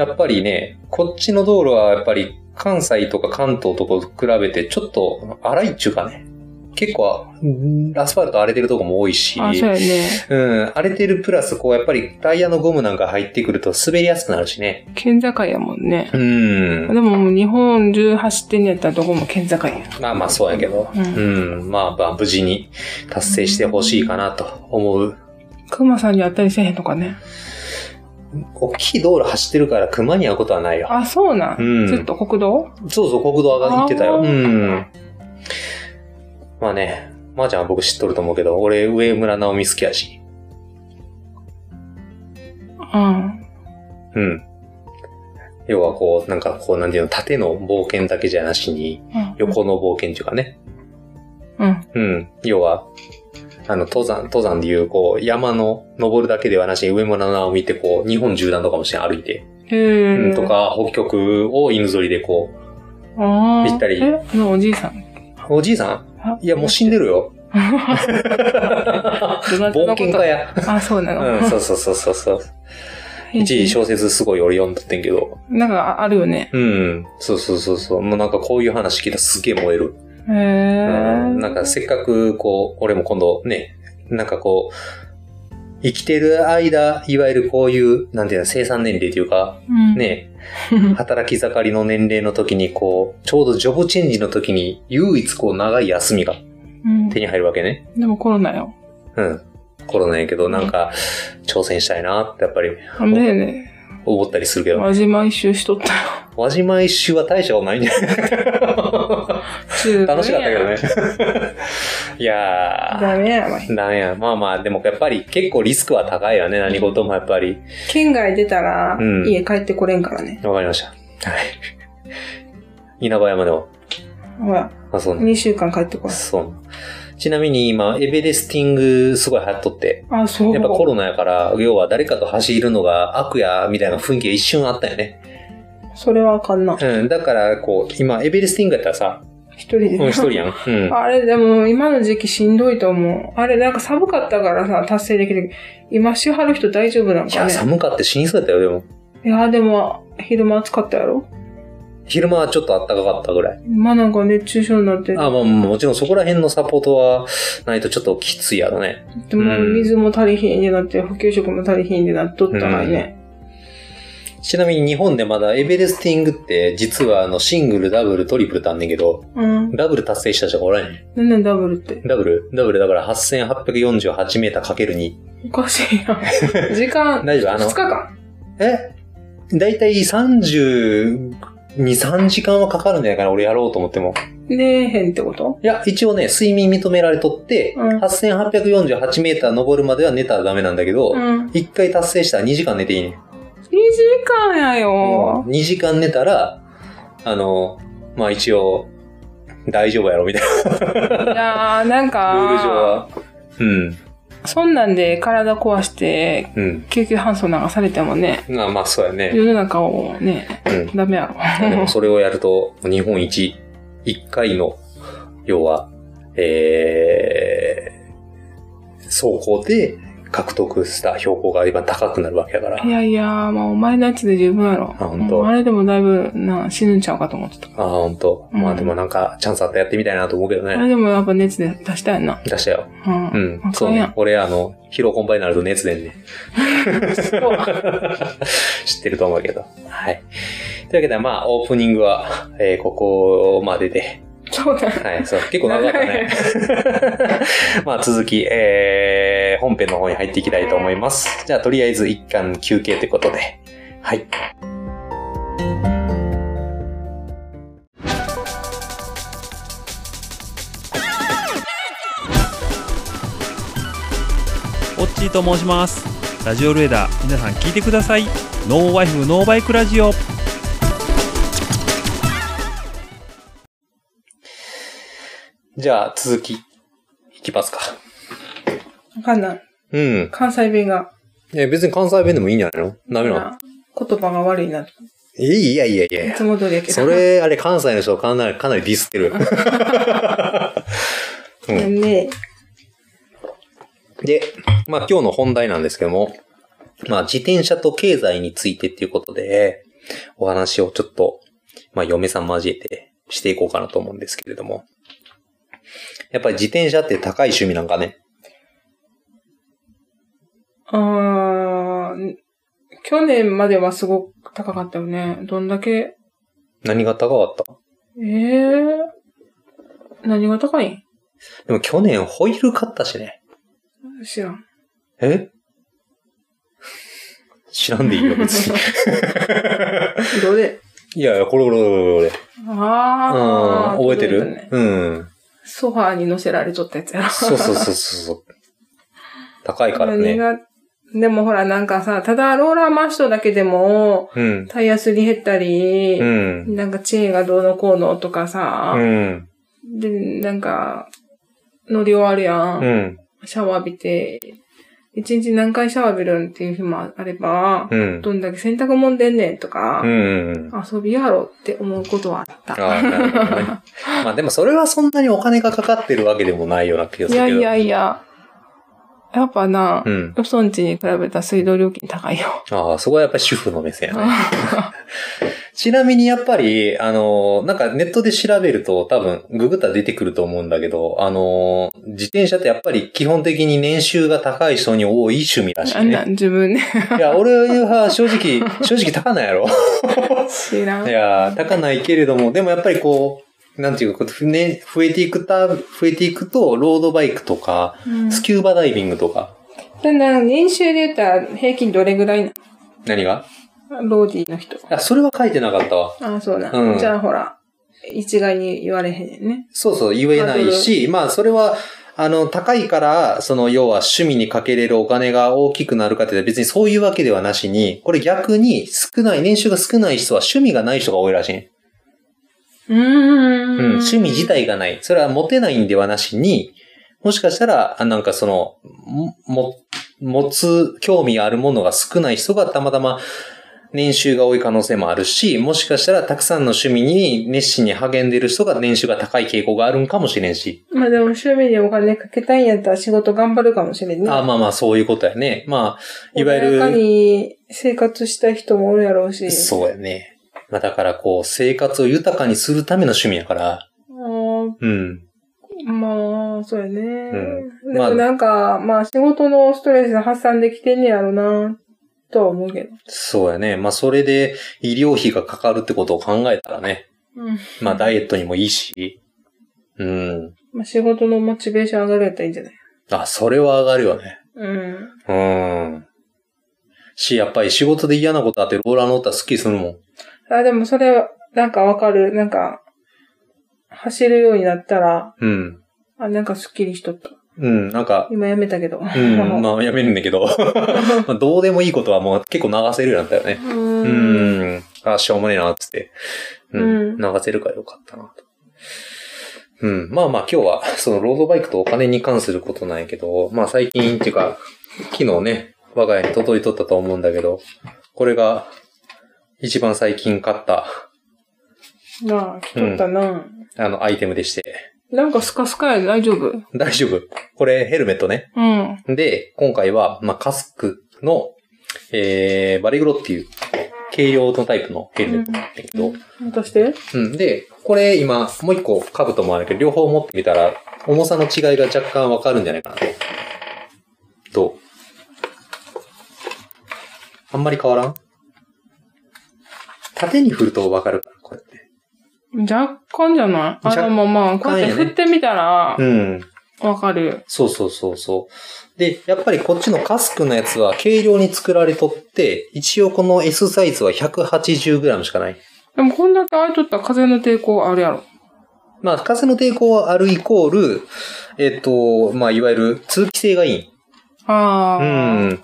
Speaker 3: やっぱりね、こっちの道路はやっぱり関西とか関東とかと比べてちょっと荒いっちゅうかね。結構、うんアスファルト荒れてるとこも多いし、
Speaker 4: あ、そうやね。
Speaker 3: うん、荒れてるプラス、こう、やっぱりタイヤのゴムなんか入ってくると滑りやすくなるしね。
Speaker 4: 県境やもんね
Speaker 3: う。ん。
Speaker 4: でももう日本中走ってんやったらどこも県境や。
Speaker 3: まあまあ、そうやけど、
Speaker 4: う。
Speaker 3: うんん、まあまあ、無事に達成してほしいかなと思う。
Speaker 4: 熊さんに会ったりせえへんのかね。
Speaker 3: 大きい道路走ってるから熊に会うことはないよ。
Speaker 4: あ、そうなん。
Speaker 3: うん
Speaker 4: ずっと国道
Speaker 3: そうそう、国道上が行ってたよ。
Speaker 4: あ
Speaker 3: う
Speaker 4: ー
Speaker 3: ん。まあね、まー、ちゃんは僕知っとると思うけど、俺、上村直美好きやし。
Speaker 4: うん。
Speaker 3: うん。要はこう、なんかこう、なんていうの、縦の冒険だけじゃなしに、
Speaker 4: うん
Speaker 3: 横の冒険っていうかね。
Speaker 4: うん。
Speaker 3: うん。要は、あの、登山、登山でいう、こう、山の登るだけではなしに、上村直美ってこう、日本縦断とかもして歩いて、
Speaker 4: へ
Speaker 3: う
Speaker 4: ー
Speaker 3: ん、と、か、北極を犬ぞりでこう、ぴ
Speaker 4: 行
Speaker 3: ったり
Speaker 4: え、あのおじいさん。
Speaker 3: おじいさ
Speaker 4: あ
Speaker 3: んいや、もう死んでるよ。
Speaker 4: どなた
Speaker 3: 冒
Speaker 4: のこ
Speaker 3: 険家や。
Speaker 4: とあ、そうなの。
Speaker 3: うん、そうそうそうそうそう。一時小説すごい俺読んだってんけど。
Speaker 4: なんかああるよね。
Speaker 3: うん。そうそうそうそう。もうなんかこういう話聞いたらすげえ燃える。う
Speaker 4: へ
Speaker 3: ん。
Speaker 4: ー
Speaker 3: なんかせっかくこう、俺も今度ね、なんかこう、生きてる間、いわゆるこういう、なんていうの、生産年齢というか、
Speaker 4: う ん。
Speaker 3: ね、働き盛りの年齢の時にこう、ちょうどジョブチェンジの時に唯一こう長い休みが
Speaker 4: うん
Speaker 3: 手に入るわけね。
Speaker 4: でもコロナよ。
Speaker 3: うん。コロナやけど、なんか、挑戦したいなってやっぱり
Speaker 4: だよね。
Speaker 3: 思ったりするけど。
Speaker 4: 輪島一周しとったよ。
Speaker 3: 輪島一周は大したことないんじゃない 楽しかったけどね。。 いや
Speaker 4: ダメやわ。
Speaker 3: ー、ダメや。まあまあ、でもやっぱり結構リスクは高いよね。何事もやっぱり。
Speaker 4: 県外出たら
Speaker 3: うん、
Speaker 4: 家帰ってこれんからね。
Speaker 3: わかりました。はい。稲葉山でも。
Speaker 4: ほら、
Speaker 3: あ、そうね。
Speaker 4: 2週間帰ってこい。
Speaker 3: そう。ちなみに今、エベレスティングすごい流行っとって。
Speaker 4: あ、そう。
Speaker 3: やっぱコロナやから、要は誰かと走るのが悪や、みたいな雰囲気が一瞬あったよね。
Speaker 4: それはあかんな。
Speaker 3: うん。だから、こう、今、エベレスティングやったらさ、
Speaker 4: 一人で。
Speaker 3: うん、一人やん。うん。
Speaker 4: あれでも今の時期しんどいと思う。あれなんか寒かったからさ、達成できるけど。今しはる人大丈夫なん
Speaker 3: い
Speaker 4: か
Speaker 3: や、
Speaker 4: ね。
Speaker 3: 寒かって死にそうやったよ、でも。
Speaker 4: いや、でも昼間暑かったやろ
Speaker 3: 昼間はちょっと暖かかったぐらい。
Speaker 4: 今なんか熱中症になって。
Speaker 3: あ、まあ、もちろんそこら辺のサポートはないとちょっときついやろね。
Speaker 4: でも
Speaker 3: うん
Speaker 4: 水も足りひんでなって、補給食も足りひんでなっとったからね。
Speaker 3: ちなみに日本でまだエベレスティングって実はあのシングル、ダブル、トリプルとあんねんけど、
Speaker 4: うん。
Speaker 3: ダブル達成した人がおらんね
Speaker 4: なんなんダブルって
Speaker 3: ん。。ダブルダブルだから8848メーターかける2。
Speaker 4: おかしいや ん。時間、
Speaker 3: 大丈夫あ
Speaker 4: 2
Speaker 3: の
Speaker 4: 日間。
Speaker 3: えだいたい32、3時間はかかるんじゃないかな俺やろうと思っても。
Speaker 4: 寝えへんってこと
Speaker 3: いや、一応ね、睡眠認められとって、
Speaker 4: うん
Speaker 3: 8848メーター登るまでは寝たらダメなんだけど、
Speaker 4: うん。2
Speaker 3: 1回達成したら2時間寝ていいねん。
Speaker 4: 時間やよ。
Speaker 3: 2時間寝たら、あの、まあ一応、大丈夫やろみたい
Speaker 4: いやー、なん
Speaker 3: な、ルール上
Speaker 4: か、
Speaker 3: は。うん。
Speaker 4: そんなんで体壊して、
Speaker 3: うん。
Speaker 4: 救急搬送なんかされてもね、
Speaker 3: まあまあ、そうやね。
Speaker 4: 世の中をね、
Speaker 3: うん。
Speaker 4: ダメやろ。
Speaker 3: でもそれをやると、日本一、一回の、要は、えー、走行で獲得した標高が今高くなるわけだから
Speaker 4: い。やいや、まあお前のやつで十分やろ。
Speaker 3: あほんと
Speaker 4: もうあれでもだいぶな死ぬんちゃうかと思ってた。
Speaker 3: ああ、ほんと。まあでもなんか、チャンスあったらやってみたいなと思うけど
Speaker 4: あれ
Speaker 3: ね。
Speaker 4: でもやっぱ熱で出したいな。
Speaker 3: 出したよ。
Speaker 4: うん。
Speaker 3: うん
Speaker 4: あ。
Speaker 3: そう
Speaker 4: や
Speaker 3: ね
Speaker 4: ん。。
Speaker 3: 俺、あの、疲労困憊になると熱出んね。
Speaker 4: そう
Speaker 3: 知ってると思うけど。はい。というわけで、まあ、オープニングは、えーここまでで。
Speaker 4: そうだ。
Speaker 3: はい、そう。結構長かったね。 まあ、続き、えー、本編の方に入っていきたいと思います。じゃあ、とりあえず一旦休憩ということで。はい。
Speaker 5: オッチーと申しますラジオルエダー皆さん聞いてくださいノーワイフノーバイクラジオ
Speaker 3: じゃあ、続き、いきますか。
Speaker 4: わかんない。
Speaker 3: うん。
Speaker 4: 関西弁が。
Speaker 3: え、別に関西弁でもいいんじゃないのダメなの
Speaker 4: 言葉が悪いな。い
Speaker 3: えいやいやいやいや
Speaker 4: つ。も通りやけど。
Speaker 3: それ、あれ、関西の人かなり、かなりディスってる。うん
Speaker 4: ね。
Speaker 3: で、まあ今日の本題なんですけども、まあ自転車と経済についてっていうことで、お話をちょっと、まあ嫁さん交えてしていこうかなと思うんですけれども。やっぱり自転車って高い趣味なんかね。
Speaker 4: あー去年まではすごく高かったよね。どんだけ。
Speaker 3: 何が高かった
Speaker 4: ええ何が高いん
Speaker 3: でも去年ホイール買ったしね。
Speaker 4: 知らん。
Speaker 3: え知らんでいいよ、別 に。
Speaker 4: どれ
Speaker 3: いやいや、これこれこれこれ。
Speaker 4: あ
Speaker 3: う
Speaker 4: あ、
Speaker 3: ん、覚えてる、
Speaker 4: 届いたね
Speaker 3: うん。
Speaker 4: ソファーに乗せられちょったやつやろ。
Speaker 3: そうそうそうそうそう。高いから
Speaker 4: 何
Speaker 3: ね。
Speaker 4: が、でもほらなんかさ、ただローラー回しとだけでも、
Speaker 3: うん。
Speaker 4: タイヤすり減ったり、
Speaker 3: うん。
Speaker 4: なんかチェーンがどうのこうのとかさ、
Speaker 3: うん。
Speaker 4: で、なんか、乗り終わるやん。
Speaker 3: うん。
Speaker 4: シャワー浴びて、一日何回シャワー浴びるんっていう日もあれば、
Speaker 3: うん。
Speaker 4: どんだけ洗濯もんでんねんとか、
Speaker 3: うんうん。
Speaker 4: 遊びやろって思うことはあっ
Speaker 3: あ
Speaker 4: た。
Speaker 3: あ、なるほどね。 まあでもそれはそんなにお金がかかってるわけでもないような気が
Speaker 4: い
Speaker 3: する
Speaker 4: や
Speaker 3: けど。
Speaker 4: いやいや、やっぱな、
Speaker 3: うん。
Speaker 4: よそんちに比べたら水道料金高いよ。
Speaker 3: ああ、そこはやっぱり主婦の目線やね。 ちなみにやっぱり、あの、なんかネットで調べると多分、ググったら出てくると思うんだけど、あの、自転車ってやっぱり基本的に年収が高い人に多い趣味らし
Speaker 4: あ
Speaker 3: い
Speaker 4: んな
Speaker 3: ね。
Speaker 4: ん自分ね。
Speaker 3: いや、俺は正直、正直高ないやろ。
Speaker 4: 知らん。
Speaker 3: いやー、高ないけれども、でもやっぱりこう、なんていうか、こうね、増えていくた、増えていくと、ロードバイクとか、
Speaker 4: うん
Speaker 3: スキューバダイビングとか、
Speaker 4: でな年収で言ったら平均どれぐらい
Speaker 3: 何が
Speaker 4: なローディーの人。
Speaker 3: あ、それは書いてなかったわ。
Speaker 4: あ、そうな。
Speaker 3: うん
Speaker 4: じゃあほら、一概に言われへんねんね。
Speaker 3: そうそう、言えないし、まあ、それは、あの、高いから、その、要は趣味にかけれるお金が大きくなるかって言ったら別にそういうわけではなしに、これ逆に少ない、年収が少ない人は趣味がない人が多いらしい。
Speaker 4: うーん。
Speaker 3: うん、趣味自体がない。それは持てないんではなしに、もしかしたら、あなんかその、も、も持つ興味あるものが少ない人がたまたま年収が多い可能性もあるし、もしかしたらたくさんの趣味に熱心に励んでいる人が年収が高い傾向があるんかもしれんし。
Speaker 4: まあでも趣味にお金かけたいんやったら仕事頑張るかもしれんね。
Speaker 3: あまあまあ、そういうことやね。まあ、いわゆ
Speaker 4: 穏やか
Speaker 3: る、
Speaker 4: に生活したい人もおるやろうし。
Speaker 3: そうやね。まあだからこう、生活を豊かにするための趣味やから、
Speaker 4: う。
Speaker 3: うん。
Speaker 4: まあ、そうや
Speaker 3: う
Speaker 4: ね。
Speaker 3: ん
Speaker 4: で
Speaker 3: まあ
Speaker 4: もなんか、まあ仕事のストレスの発散できてんねやろな、とは思うけど。
Speaker 3: そうやね。まあそれで医療費がかかるってことを考えたらね、
Speaker 4: うん。
Speaker 3: まあ、ダイエットにもいいし。うん。
Speaker 4: まあ仕事のモチベーション上がるやったらいいんじゃない
Speaker 3: あ、それは上がるよね。
Speaker 4: うん。
Speaker 3: うん。し、やっぱり仕事で嫌なことあってローラー乗ったらスッキリするもん。
Speaker 4: あ、でもそれ、なんかわかる。なんか、走るようになったら、
Speaker 3: うん。
Speaker 4: あ、なんかスッキリしとった。
Speaker 3: うん、なんか、
Speaker 4: 今やめたけど。う
Speaker 3: うん、
Speaker 4: あ。
Speaker 3: まあやめるんだけど。 まあどうでもいいことはもう結構流せるようになったよね。
Speaker 4: う。
Speaker 3: うんん。あ、しょうもねえな、つって。う。
Speaker 4: うんん
Speaker 3: 流せるからよかったな、と。うん。まあまあ今日は、そのロードバイクとお金に関することなんやけど、まあ最近っていうか、昨日ね、我が家に届いとったと思うんだけど、これが、一番最近買った、
Speaker 4: なあ、来とったな、
Speaker 3: あの、アイテムでして。
Speaker 4: なんかスカスカやで大丈夫うん。
Speaker 3: 大丈夫。これ、ヘルメットね。
Speaker 4: うん。
Speaker 3: で、今回は、まあカスクの、えー、バリグロっていう、軽用のタイプのヘルメットなんだけど、
Speaker 4: 渡して。
Speaker 3: うん。で、これ今、もう一個兜もあるけど、両方持ってみたら、重さの違いが若干わかるんじゃないかなと。どうあんまり変わらん縦に振るとわかるから、これって。
Speaker 4: 若干じゃないあ、
Speaker 3: 若
Speaker 4: でもまあ、こうやって振ってみたら
Speaker 3: う、ん。
Speaker 4: わかる。
Speaker 3: そうそうそうそう。で、やっぱりこっちのカスクのやつは軽量に作られとって、一応この S サイズは 180g しかない。
Speaker 4: でもこんだけ開いとったら風の抵抗あるやろ。
Speaker 3: まあ、風の抵抗はあるイコール、えっと、まあ、いわゆる通気性がいい。
Speaker 4: あ
Speaker 3: う
Speaker 4: あ。
Speaker 3: ん。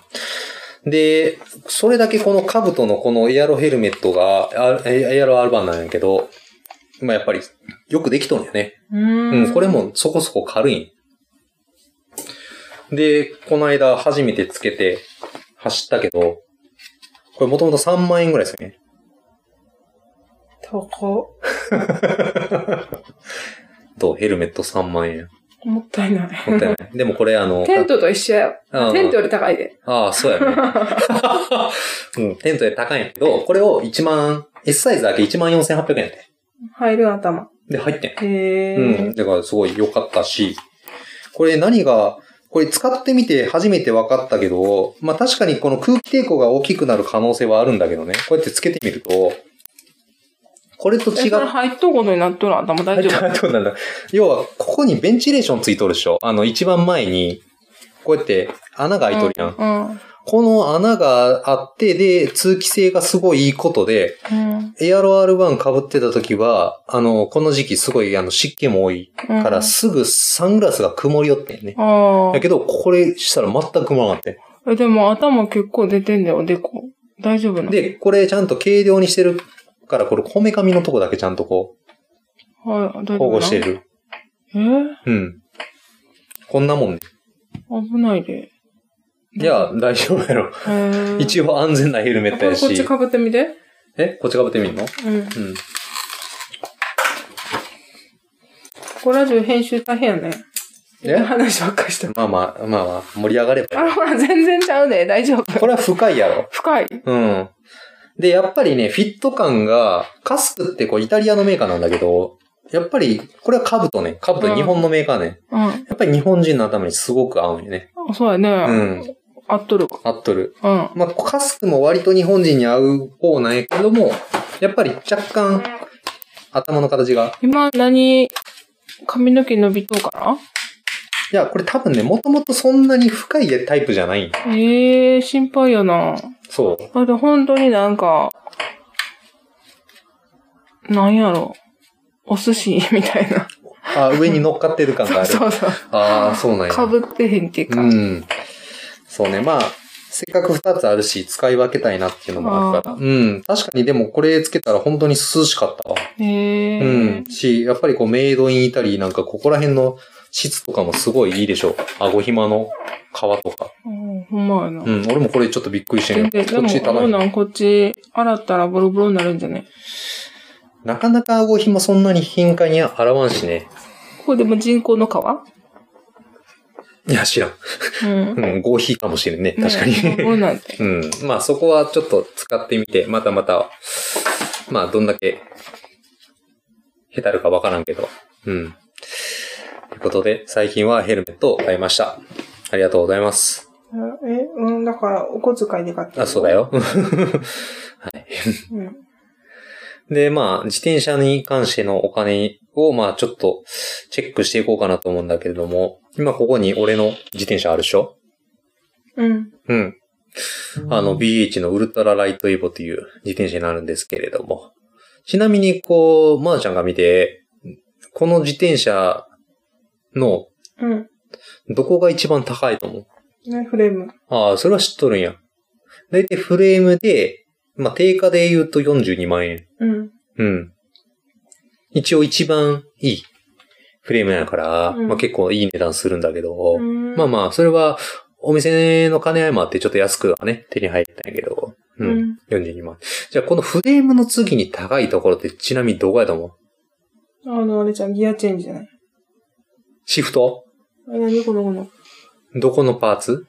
Speaker 3: で、それだけこの兜のこのエアロヘルメットが、あエアロアルバンなんやけど、まあやっぱりよくできとんよね。
Speaker 4: うん。
Speaker 3: うん、これ。もそこそこ軽いん。で、この間初めてつけて走ったけど、これもともと3万円ぐらいですよね。
Speaker 4: 高
Speaker 3: と、ヘルメット3万円。
Speaker 4: っ。もったいない。
Speaker 3: もったいな い。でもこれあの、
Speaker 4: テントと一緒やよ。
Speaker 3: うん
Speaker 4: テントより高いで。
Speaker 3: ああ、そう やね。うん、テントで高いんやけど、これを1万、S サイズだけ14,800円やって。
Speaker 4: 入る頭。
Speaker 3: で、入ってん。
Speaker 4: へえ。
Speaker 3: うん。だからすごい良かったし、これ何が、これ使ってみて初めて分かったけど、まあ確かにこの空気抵抗が大きくなる可能性はあるんだけどね、こうやってつけてみると、これと
Speaker 4: え
Speaker 3: 違
Speaker 4: そ
Speaker 3: う。
Speaker 4: れ入っとうことになっとる頭大丈夫。
Speaker 3: どうなんだ要は、ここにベンチレーションついとるでしょあの、一番前に、こうやって穴が開いとるやん。
Speaker 4: うん。
Speaker 3: この穴があって、で、通気性がすごいいいことで、
Speaker 4: うん。
Speaker 3: エアロ R1 被ってた時は、あの、この時期すごいあの湿気も多い
Speaker 4: うん
Speaker 3: からすぐサングラスが曇りよってんね。
Speaker 4: あ
Speaker 3: だけど、これしたら全く曇らなかったよ。
Speaker 4: あ。え、でも頭結構出てんだよ、おでこ。大丈夫なの
Speaker 3: で、これちゃんと軽量にしてるから、これこめかみのとこだけちゃんとこ
Speaker 4: はい、大丈夫な
Speaker 3: う、
Speaker 4: の
Speaker 3: 保護して。る。
Speaker 4: え
Speaker 3: うん。こんなもんね。
Speaker 4: ー危ないで。
Speaker 3: いや、大丈夫やろ。
Speaker 4: へー
Speaker 3: 一応安全なヘルメットや
Speaker 4: これ
Speaker 3: し。
Speaker 4: こっち被ってみて。
Speaker 3: えこっち被ってみんの
Speaker 4: うん。
Speaker 3: うん。
Speaker 4: ここラジオ編集大変やね。
Speaker 3: え
Speaker 4: 話ばっかりしてる
Speaker 3: まあまあ、まあまあ、盛り上がれば
Speaker 4: あ
Speaker 3: いい
Speaker 4: らほら、全然ちゃうね。大丈夫。
Speaker 3: これは深いやろ。
Speaker 4: 深い。
Speaker 3: うん。で、やっぱりね、フィット感が、カスクってこうイタリアのメーカーなんだけど、やっぱり、これはカブとね、カブ
Speaker 4: う
Speaker 3: と
Speaker 4: ん
Speaker 3: 日本のメーカーね、
Speaker 4: うん。
Speaker 3: やっぱり日本人の頭にすごく合うんよね。
Speaker 4: そうやね。
Speaker 3: うん。
Speaker 4: 合っとる。
Speaker 3: 合っとる。
Speaker 4: うん。
Speaker 3: まあ、カスクも割と日本人に合う方なんやけども、やっぱり若干、頭の形が。
Speaker 4: 今、何、髪の毛伸びとうか
Speaker 3: いや、これ多分ね、もともとそんなに深いタイプじゃない。
Speaker 4: なええー、心配やな。
Speaker 3: そう。
Speaker 4: あれ、本当になんか、なんやろ。お 寿司みたいな。
Speaker 3: あ、上に乗っかってる感がある。
Speaker 4: そうそう。
Speaker 3: ああ、そうなんや。
Speaker 4: かぶってへんっていうか。
Speaker 3: うん。そうね。まあ、せっかく二つあるし、使い分けたいなっていうのもあるから。
Speaker 4: あ
Speaker 3: うん。確かにでもこれつけたら本当に涼しかったわ。
Speaker 4: へえ
Speaker 3: うん。し、やっぱりこうメイドインイタリーなんかここら辺の質とかもすごいいいでしょう。顎ひまの皮とか。
Speaker 4: うん、ほんまやな。
Speaker 3: うん。俺もこれちょっとびっくりして
Speaker 4: 全
Speaker 3: る。
Speaker 4: 然、で
Speaker 3: こっち
Speaker 4: も、ど
Speaker 3: 高
Speaker 4: う
Speaker 3: い
Speaker 4: な
Speaker 3: な。
Speaker 4: んこっち、洗ったらボロボロになるんじゃね
Speaker 3: なかなか顎ひまそんなに頻回に洗わんしね。
Speaker 4: ここでも人工の皮
Speaker 3: いや、知らん。
Speaker 4: うん。
Speaker 3: うん。合皮かもしれんね。確かに。
Speaker 4: ねボロボロなんて。
Speaker 3: うん。まあそこはちょっと使ってみて、またまた、まあどんだけ、下手るかわからんけど。うん。ということで、最近はヘルメットを買いました。ありがとうございます。
Speaker 4: え、うん、だから、お小遣いで買っ
Speaker 3: あ、そうだ
Speaker 4: よ。
Speaker 3: よ。
Speaker 4: うん。
Speaker 3: で、まあ、自転車に関してのお金を、まあ、ちょっと、チェックしていこうかなと思うんだけれども、今ここに俺の自転車あるでしょ
Speaker 4: うん。
Speaker 3: うん。あの、BH のウルトラライトイボという自転車になるんですけれども。ちなみに、こう、まー、ちゃんが見て、この自転車の
Speaker 4: うん。
Speaker 3: どこが一番高いと思う
Speaker 4: ね、フレーム。
Speaker 3: ああ、それは知っとるんや。だいたいフレームで、まあ、定価で言うと42万円。
Speaker 4: うん。
Speaker 3: うん。一応一番いいフレームやから、
Speaker 4: うん
Speaker 3: まあ結構いい値段するんだけど、ま
Speaker 4: ま
Speaker 3: あまあ、それは、お店の金合いもあってちょっと安くはね、手に入ったんやけど、
Speaker 4: う
Speaker 3: うん、
Speaker 4: ん。
Speaker 3: 42万。じゃあこのフレームの次に高いところってちなみにどこやと思う
Speaker 4: あの、あれちゃん、ギアチェンジじゃない。
Speaker 3: シフト
Speaker 4: あれ何このこの。
Speaker 3: どこのパーツ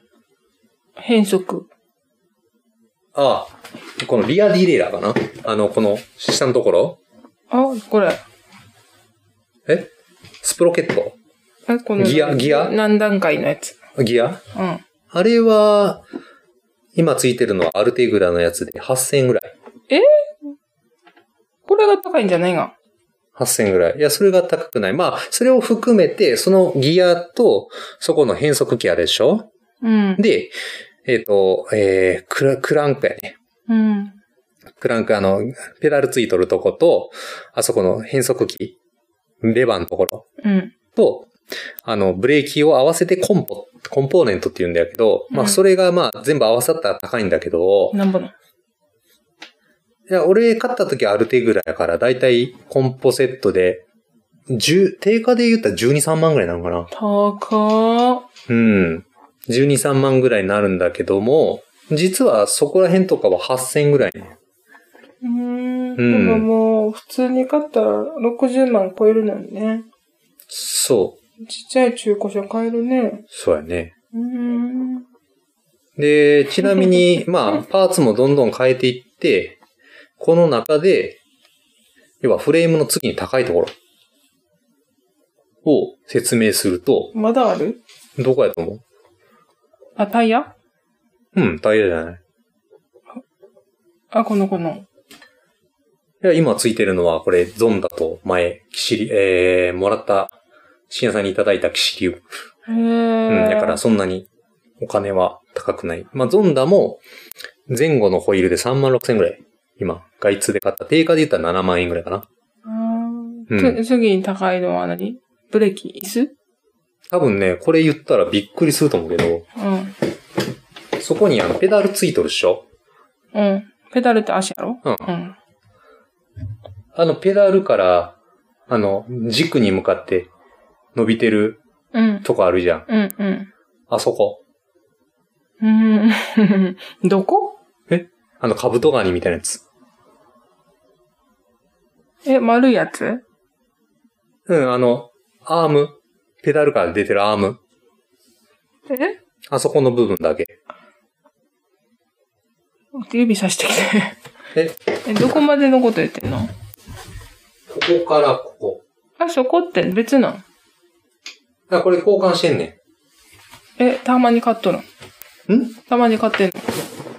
Speaker 4: 変速。
Speaker 3: ああ、このリアディレイラーかなあの、この下のところ
Speaker 4: あ、これ。
Speaker 3: えスプロケット
Speaker 4: え、この。
Speaker 3: ギアギア
Speaker 4: 何段階のやつ。
Speaker 3: ギア
Speaker 4: うん。
Speaker 3: あれは、今ついてるのはアルテグラのやつで8000円ぐらい。
Speaker 4: これが高いんじゃないが。
Speaker 3: 8000円ぐらい。いや、それが高くない。まあ、それを含めて、そのギアと、そこの変速ギアでしょ
Speaker 4: うん。
Speaker 3: で、えっ、と、えークラ、クランクやね。
Speaker 4: うん。
Speaker 3: クランク、あの、ペダルついとるとこと、あそこの変速機、レバーのところ
Speaker 4: うん。
Speaker 3: と、あの、ブレーキを合わせてコンポ、コンポーネントって言うんだけど、ま
Speaker 4: う
Speaker 3: あ、
Speaker 4: ん
Speaker 3: それがまあ、全部合わさったら高いんだけど、
Speaker 4: なんぼの。
Speaker 3: いや、俺買った時はアルテグラやから、だいたいコンポセットで、10、定価で言ったら12、3万ぐらいなのかな
Speaker 4: 高ー。
Speaker 3: うん。12、3万ぐらいになるんだけども、実はそこら辺とかは8000ぐらいね。
Speaker 4: うーん。でももう、普通に買ったら60万超えるのにね。
Speaker 3: そう。
Speaker 4: ちっちゃい中古車買えるね。
Speaker 3: そうやね。
Speaker 4: うーん。
Speaker 3: で、ちなみ に、まあ、パーツもどんどん変えていって、この中で、要はフレームの次に高いところを説明すると、
Speaker 4: まだある
Speaker 3: どこやと思う
Speaker 4: あ、タイヤ
Speaker 3: うん、タイヤじゃない。
Speaker 4: あ、このこの。
Speaker 3: いや、今ついてるのは、これ、ゾンダと前、キシリ、えー、もらった、深夜さんにいただいたキシリウ
Speaker 4: へ
Speaker 3: う
Speaker 4: ー。
Speaker 3: ん、だからそんなにお金は高くない。まあ、ゾンダも前後のホイールで3万6千ぐらい。今、外通で買った。定価で言ったら7万円ぐらいかな。
Speaker 4: あ
Speaker 3: うん
Speaker 4: ーつ次に高いのは何ブレーキ椅子
Speaker 3: 多分ね、これ言ったらびっくりすると思うけど、
Speaker 4: う
Speaker 3: そこにあの、ペダルついとるっしょ
Speaker 4: ん。うん。ペダルって足やろ
Speaker 3: うん
Speaker 4: うん。
Speaker 3: あの、ペダルから、あの、軸に向かって伸びてる
Speaker 4: うん。
Speaker 3: とこあるじゃん。
Speaker 4: うん。うん
Speaker 3: あそこ。
Speaker 4: うーん。どこ
Speaker 3: あの、カブトガニみたいなやつ。
Speaker 4: え、丸いやつ
Speaker 3: うん、あの、アーム。ペダルから出てるアーム。
Speaker 4: え
Speaker 3: あそこの部分だけ。
Speaker 4: 指さしてきて。
Speaker 3: え、
Speaker 4: え、どこまでのこと言ってんの
Speaker 3: ここからここ。
Speaker 4: あ、そこって別なん
Speaker 3: だからこれ交換してんねん。
Speaker 4: え、たまに買っとるん
Speaker 3: ん
Speaker 4: たまに買ってんの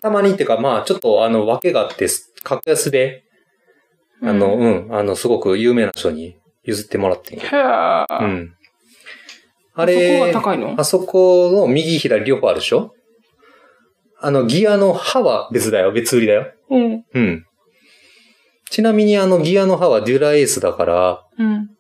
Speaker 3: たまにっていうか、まあ、ちょっと、あの、わけがあって、格安で、あの、
Speaker 4: うん
Speaker 3: うん、あの、すごく有名な人に譲ってもらってん
Speaker 4: へ
Speaker 3: よ
Speaker 4: ー。
Speaker 3: うん。あ
Speaker 4: そこ
Speaker 3: れ
Speaker 4: が、高いの
Speaker 3: あそこの右左両方あるでしょあの、ギアの刃は別だよ。別売りだよ。
Speaker 4: うん。
Speaker 3: うん。ちなみに、あの、ギアの刃はデュラエースだから、
Speaker 4: うん。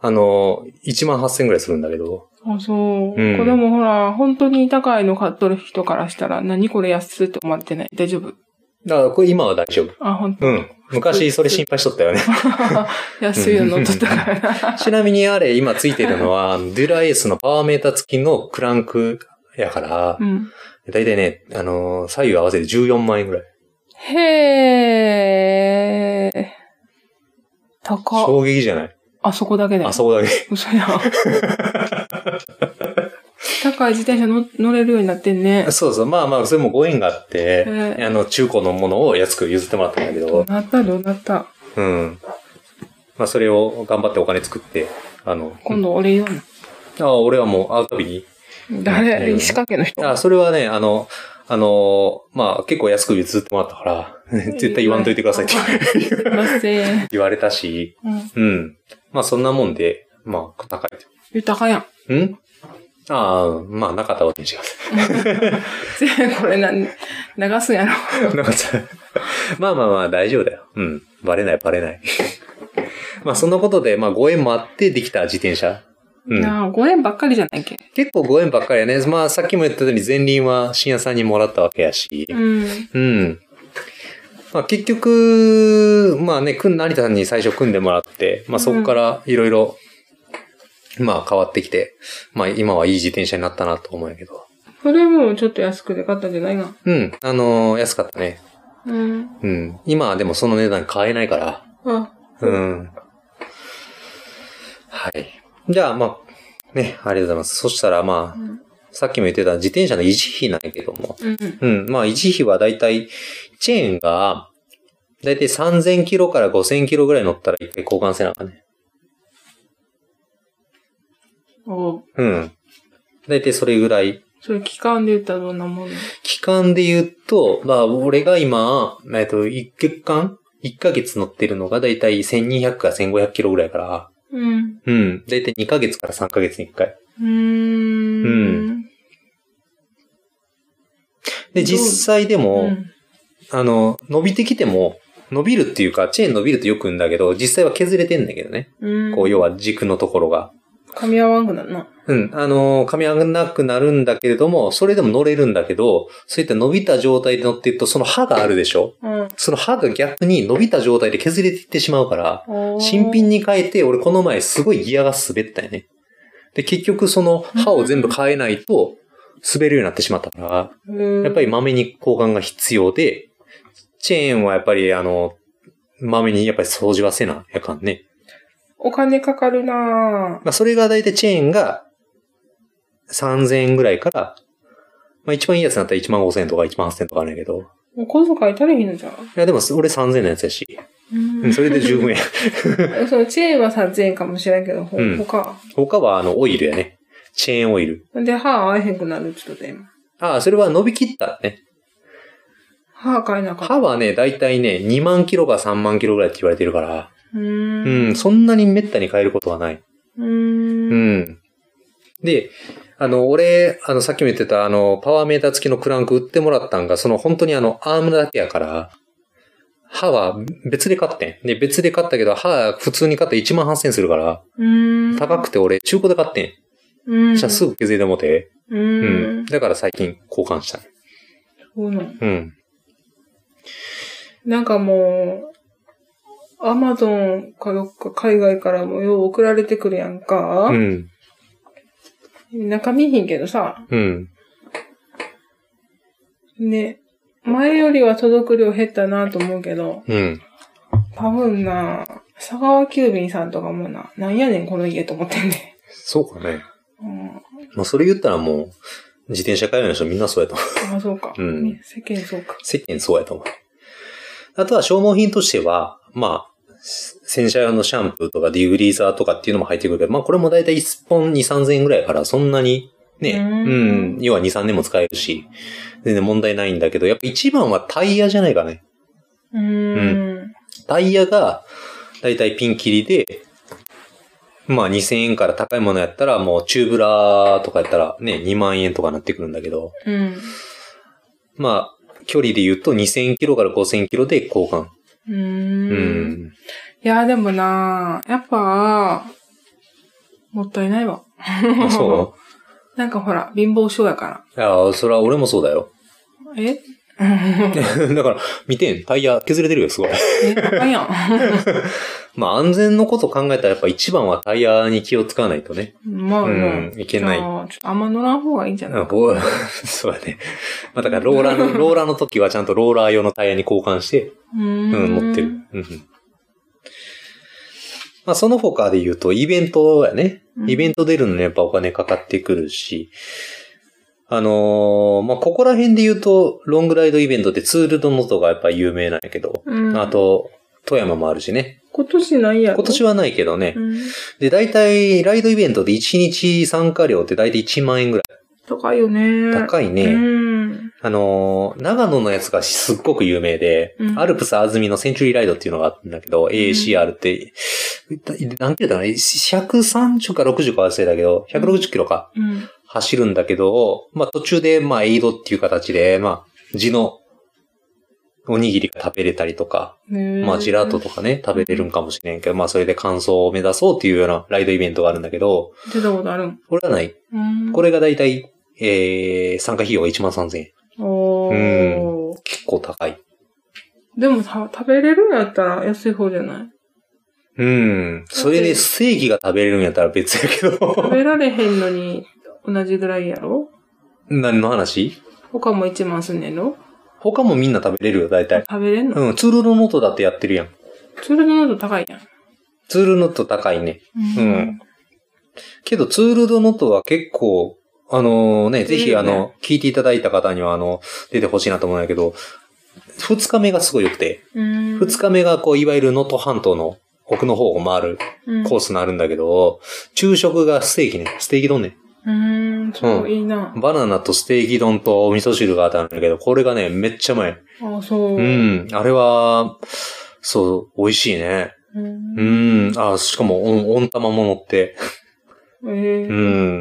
Speaker 3: あの、1万8000ぐらいするんだけど。
Speaker 4: あ、そう。
Speaker 3: うん
Speaker 4: これもほら、本当に高いの買っとる人からしたら、何これ安って思ってない。大丈夫
Speaker 3: だから、これ今は大丈夫。
Speaker 4: あ、ほ んと。
Speaker 3: うん。昔、それ心配しとったよね。
Speaker 4: 安いの乗っとったからな。
Speaker 3: ちなみにあれ、今ついてるの は、あのデュラエースのパワーメーター付きのクランクやから
Speaker 4: う、ん。
Speaker 3: だいたいね、あのー左右合わせて14万円ぐらい。
Speaker 4: へー。高っ。
Speaker 3: 衝撃じゃない
Speaker 4: あそこだけだよ
Speaker 3: あ。そこだけ。
Speaker 4: 嘘やん。高い自転車乗乗れるようになって んね。
Speaker 3: そうそう、まあまあ、それもご縁があっ
Speaker 4: へ
Speaker 3: て、
Speaker 4: ー
Speaker 3: あの、中古のものを安く譲ってもらったんだけ
Speaker 4: どう
Speaker 3: ど、
Speaker 4: なったどうなった
Speaker 3: うん。まあ、それを頑張ってお金作って、あの、
Speaker 4: 今度俺言う
Speaker 3: あ俺はもう会うたびに、
Speaker 4: の。
Speaker 3: いやいや
Speaker 4: 誰石川県の人。
Speaker 3: あそれはね、あの、あのーまあ、結構安く譲ってもらったから、 絶対言わんといてくださいって
Speaker 4: すいません。
Speaker 3: 言われたし、
Speaker 4: うん。
Speaker 3: うん。まあ、そんなもんで、まあ、高い。
Speaker 4: 豊かやん。
Speaker 3: んああ、まあ、なかった ことにします。
Speaker 4: せやこれな、流すんやろ。
Speaker 3: なかった。まあまあまあ、大丈夫だよ。うん。バレない、バレない。 まあ、そんなことで、まあ、ご縁もあってできた自転車。うん。
Speaker 4: なあ、5円ばっかりじゃないっけ。
Speaker 3: 結構ご縁ばっかりやね。まあ、さっきも言ったように前輪は深夜さんにもらったわけやし。
Speaker 4: うん。
Speaker 3: うん。まあ、結局、まあね、くん、成田さんに最初組んでもらって、まあ、そこからいろいろまあ変わってきて、まあ今はいい自転車になったなと思うんやけど。
Speaker 4: それもちょっと安くで買ったんじゃないな。
Speaker 3: うん。あのー安かったね。
Speaker 4: うん。
Speaker 3: うん。今はでもその値段買えないから。
Speaker 4: あ、
Speaker 3: うん。はい。じゃあまあ、ね、ありがとうございます。そしたらま
Speaker 4: う
Speaker 3: あ、
Speaker 4: ん。
Speaker 3: さっきも言ってた自転車の維持費なんやけども。
Speaker 4: うん。
Speaker 3: うん。まあ維持費はだいたい、チェーンが、だいたい3000キロから5000キロぐらい乗ったら一回交換せなあかんね。
Speaker 4: お
Speaker 3: うん。だいたいそれぐらい
Speaker 4: それ期間で言ったらどんなもんなの
Speaker 3: 期間で言うと、まあ、俺が今、えっと、1月間 ?1 ヶ月乗ってるのがだいたい1200から1500キロぐらいから、
Speaker 4: うん。
Speaker 3: うん。だいたい2ヶ月から3ヶ月に1回。
Speaker 4: うーん。
Speaker 3: うんで、実際で
Speaker 4: う
Speaker 3: も、
Speaker 4: ん。
Speaker 3: あの、伸びてきても、伸びるっていうか、チェーン伸びるとよく言うんだけど、実際は削れてんだけどね。
Speaker 4: うん。
Speaker 3: こう、要は軸のところが。
Speaker 4: 噛み合わんくなるな。
Speaker 3: うん。あの、噛み合わなくなるんだけれども、それでも乗れるんだけど、そういった伸びた状態で乗ってると、その歯があるでしょ
Speaker 4: うん。
Speaker 3: その歯が逆に伸びた状態で削れていってしまうから、
Speaker 4: おー
Speaker 3: 新品に変えて、俺この前すごいギアが滑ったよね。で、結局その刃を全部変えないと、滑るようになってしまったか
Speaker 4: うん
Speaker 3: ら、やっぱりまめに交換が必要で、チェーンはやっぱりあの、まめにやっぱり掃除はせなやかんね。
Speaker 4: お金かかるなぁ。
Speaker 3: まあそれが大体チェーンが3000円ぐらいから、まあ一番いいやつになったら1万5000円とか1万8000円とかあるんやけど。い
Speaker 4: お小遣い足りひんのじゃん。
Speaker 3: やでも俺3000円のやつやし、う
Speaker 4: うん
Speaker 3: それで十分や。
Speaker 4: そのチェーンは3000円かもしれんけど、ほ
Speaker 3: うん
Speaker 4: 他。
Speaker 3: 他はあのオイルやね。チェーンオイル。
Speaker 4: で、歯合えへんくなるって言ってた今。
Speaker 3: ああ、それは伸びきったね。
Speaker 4: 歯変えなかった。
Speaker 3: 歯はね、だいたいね、2万キロか3万キロぐらいって言われてるから、
Speaker 4: う
Speaker 3: う
Speaker 4: ーん。
Speaker 3: ん、そんなに滅多に変えることはない。
Speaker 4: う
Speaker 3: う
Speaker 4: ーん。
Speaker 3: ん。で、あの、俺、あの、さっきも言ってた、あの、パワーメーター付きのクランク売ってもらったんが、その本当にあの、アームだけやから、歯は別で買ってん。で、別で買ったけど、歯普通に買ったら1万8000するから、
Speaker 4: うん。
Speaker 3: 高くて俺、中古で買って
Speaker 4: うん
Speaker 3: ん。じゃあすぐ削れてもて、
Speaker 4: う
Speaker 3: うんん。。だから最近交換した。
Speaker 4: そうなん。
Speaker 3: うん。
Speaker 4: なんかもう、アマゾンかどっか海外からもよう送られてくるやんか。
Speaker 3: うん。
Speaker 4: 中身ひんけどさ。
Speaker 3: うん。
Speaker 4: ね。前よりは届く量減ったなと思うけど、
Speaker 3: うん。
Speaker 4: 多分な、佐川急便さんとかもな、なんやねんこの家と思ってんね。
Speaker 3: そうかね。
Speaker 4: うん。
Speaker 3: まあ、それ言ったらもう、自転車界隈の人みんなそうやと思う。
Speaker 4: あ、そうか。
Speaker 3: うん
Speaker 4: ね世間そうか。
Speaker 3: 世間そうやと思う。あとは消耗品としては、まあ、洗車用のシャンプーとかディグリーザーとかっていうのも入ってくるけど、まあこれもだいたい1本2、3000円ぐらいやから、そんなにね、
Speaker 4: う
Speaker 3: うんん、要は2、3年も使えるし、全然問題ないんだけど、やっぱ一番はタイヤじゃないかね。
Speaker 4: うーん。
Speaker 3: タイヤが、だいたいピンキリで、まあ2000円から高いものやったら、もうチューブラーとかやったらね、2万円とかなってくるんだけど、
Speaker 4: うん。
Speaker 3: まあ、距離で言うと2000キロから5000キロで交換。
Speaker 4: う
Speaker 3: う
Speaker 4: ーん。
Speaker 3: ん。
Speaker 4: いや、でもな、やっぱ、もったいないわ。
Speaker 3: そ
Speaker 4: なんかほら、貧乏症やか
Speaker 3: う。いや、それは俺もそうだよ。
Speaker 4: ら。え
Speaker 3: だから、見てん、タイヤ削れてるよ、 すごい。
Speaker 4: え、あかんやん。
Speaker 3: まあ、安全のこと考えたら、やっぱ一番はタイヤに気を使わないとね。
Speaker 4: まあ、
Speaker 3: うんいけない
Speaker 4: じゃあちょっとあんま乗らん方がいいんじゃ
Speaker 3: う
Speaker 4: ない
Speaker 3: んほう そうだね。まあ、だから、ローラー の、ローラーの時はちゃんとローラー用のタイヤに交換して、
Speaker 4: うー
Speaker 3: うん、持ってる。うんうん。まあ、その他で言うと、イベントやね。イベント出るのにやっぱお金かかってくるし、あのーまあ、ここら辺で言うと、ロングライドイベントってツールドノとがやっぱ有名なんやけど、
Speaker 4: うん
Speaker 3: あと、富山もあるしね。
Speaker 4: 今年ないやろ
Speaker 3: 今年はないけどね
Speaker 4: う。ん。
Speaker 3: で、大体、ライドイベントで1日参加料って大体1万円ぐらい。
Speaker 4: 高いよね。
Speaker 3: 高いうね。
Speaker 4: ん。
Speaker 3: あのー長野のやつがすっごく有名で、
Speaker 4: うん
Speaker 3: アルプス安住のセンチュリーライドっていうのがあったんだけど、ACR って、何キロだろうね ?130 か60か忘れたけど、160キロか。
Speaker 4: うん。
Speaker 3: 走るんだけど、まあ途中で、まあエイドっていう形で、まあ地のおにぎりが食べれたりとか、
Speaker 4: ね
Speaker 3: まあジェラートとかね、食べれるんかもしれんけど、まあそれで感想を目指そうっていうようなライドイベントがあるんだけど、
Speaker 4: 出たことあるん。
Speaker 3: これはない。
Speaker 4: うん。
Speaker 3: これがだいたい、えー、参加費用が1万3000円。
Speaker 4: おー。
Speaker 3: 結構高い。
Speaker 4: でもさ、食べれるんやったら安い方じゃない
Speaker 3: うん。それでステーキが食べれるんやったら別やけ
Speaker 4: 食
Speaker 3: ど。
Speaker 4: べられへんのに同じぐらいやろ
Speaker 3: 何の話
Speaker 4: 他も1万すんねんろ
Speaker 3: 他もみんな食べれるよ、大体。
Speaker 4: 食べれんの
Speaker 3: うん、ツールのノートだってやってるやん。
Speaker 4: ツールの濃度高いやん。
Speaker 3: ツールノート高いね。
Speaker 4: う
Speaker 3: うん。けど、ツールドノットは結構、あのね、ぜ
Speaker 4: いい
Speaker 3: ひ
Speaker 4: よ
Speaker 3: あ
Speaker 4: ね
Speaker 3: の、聞いていただいた方にはあの、出てほしいなと思うんだけど、二日目がすごい良くて、
Speaker 4: うん。
Speaker 3: 二日目がこう、いわゆる能登半島の奥の方を回る
Speaker 4: うん
Speaker 3: コースになるんだけど、昼食がステーキね、ステーキ丼ね。
Speaker 4: うん、そう、いいな。
Speaker 3: バナナとステーキ丼とお味噌汁があったんだけど、これがね、めっちゃうまい。
Speaker 4: あ、そう。
Speaker 3: うん、あれは、そう、美味しいね。
Speaker 4: う。
Speaker 3: うんん、あ、しかも、温温玉ものって。
Speaker 4: え
Speaker 3: う
Speaker 4: ー、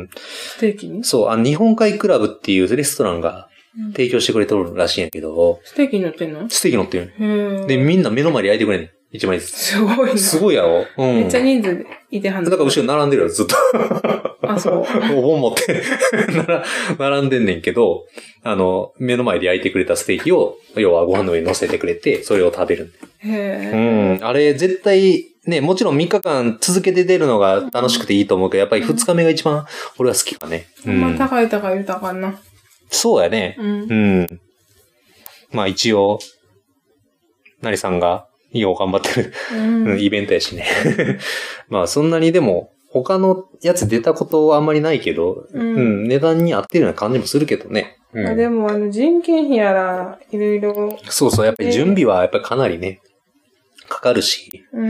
Speaker 3: ん、
Speaker 4: ステーキに
Speaker 3: そう、あの、日本海クラブっていうレストランが
Speaker 4: うん
Speaker 3: 提供してくれてるらしいんやけど、
Speaker 4: ステーキに乗ってんのへ
Speaker 3: ステーキ乗ってる
Speaker 4: え。
Speaker 3: で、みんな目の前で焼いてくれんねん。一枚ずつ。
Speaker 4: すごいな。
Speaker 3: すごいやろうん。
Speaker 4: めっちゃ人数いてはん
Speaker 3: だから後ろに並んでるよ、ずっと。
Speaker 4: あ、そう。
Speaker 3: お盆持って、 なら並んでんねんけど、あの、目の前で焼いてくれたステーキを、要はご飯の上に乗せてくれて、それを食べる。う
Speaker 4: へえ。
Speaker 3: ん。あれ、絶対、ね、もちろん3日間続けて出るのが楽しくていいと思うけど、やっぱり2日目が一番俺は好きかね。う
Speaker 4: まあ、
Speaker 3: ん。
Speaker 4: 高い高い豊かんな。
Speaker 3: そうやね。
Speaker 4: うん
Speaker 3: う。ん。まあ一応、なりさんが、よう頑張ってる、
Speaker 4: う
Speaker 3: うんん、イベントやしね。 まあそんなにでも、他のやつ出たことはあんまりないけど、
Speaker 4: う
Speaker 3: うんん、値段に合ってるような感じもするけどね。う
Speaker 4: あで
Speaker 3: ん、
Speaker 4: も、あの、人件費やら、いろいろ、
Speaker 3: そうそう、やっぱり準備はやっぱりかなりね、かかるし、
Speaker 4: うん。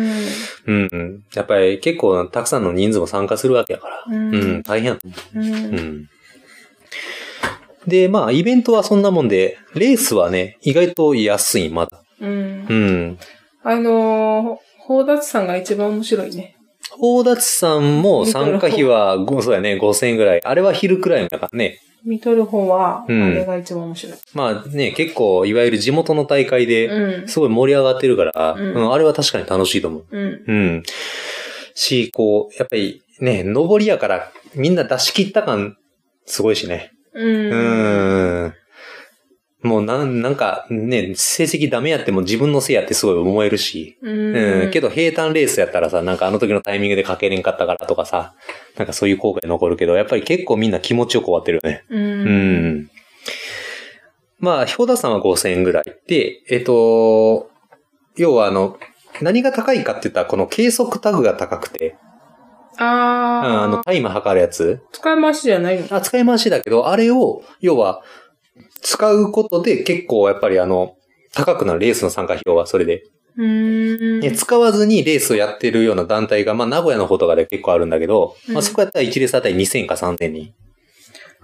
Speaker 3: うんうん。やっぱり結構たくさんの人数も参加するわけやから、
Speaker 4: う
Speaker 3: うんん、大変やと思う
Speaker 4: うん。
Speaker 3: うんで、まあ、イベントはそんなもんで、レースはね、意外と安い、まだ。
Speaker 4: うん
Speaker 3: う。ん。
Speaker 4: あのー、宝達さんが一番面白いね。
Speaker 3: 大立さんも参加費は、ごそうやね、5000円ぐらい。あれは昼くらいだからね。
Speaker 4: 見とる方は、あ
Speaker 3: うん
Speaker 4: れが一番面白い。
Speaker 3: まあね、結構、いわゆる地元の大会で、
Speaker 4: うん。
Speaker 3: すごい盛り上がってるから、
Speaker 4: うん
Speaker 3: うんあれは確かに楽しいと思う。
Speaker 4: うん。
Speaker 3: うん。し、こう、やっぱりね、上りやから、みんな出し切った感、すごいしね。う
Speaker 4: うん。
Speaker 3: ーん。もうなん、なんかね、成績ダメやっても自分のせいやってすごい思えるし。
Speaker 4: う。
Speaker 3: うんん。けど平坦レースやったらさ、なんかあの時のタイミングでかけれんかったからとかさ、なんかそういう後悔残るけど、やっぱり結構みんな気持ちよく終わってるよね。
Speaker 4: う。
Speaker 3: うんん。まあ、ひょうださんは5000円ぐらい。で、えっと、要はあの、何が高いかって言ったら、この計測タグが高くて、うんあ
Speaker 4: あ
Speaker 3: の、
Speaker 4: あ、
Speaker 3: タイマー測るやつ。
Speaker 4: 使い回しじゃないの
Speaker 3: あ、使い回しだけど、あれを、要は、使うことで結構やっぱりあの、高くなるレースの参加費用はそれで。
Speaker 4: うー
Speaker 3: え
Speaker 4: ん。
Speaker 3: 使わずにレースをやってるような団体が、まあ名古屋の方とかで結構あるんだけど、
Speaker 4: うん
Speaker 3: まあそこやったら1レースあたり2000か3000に。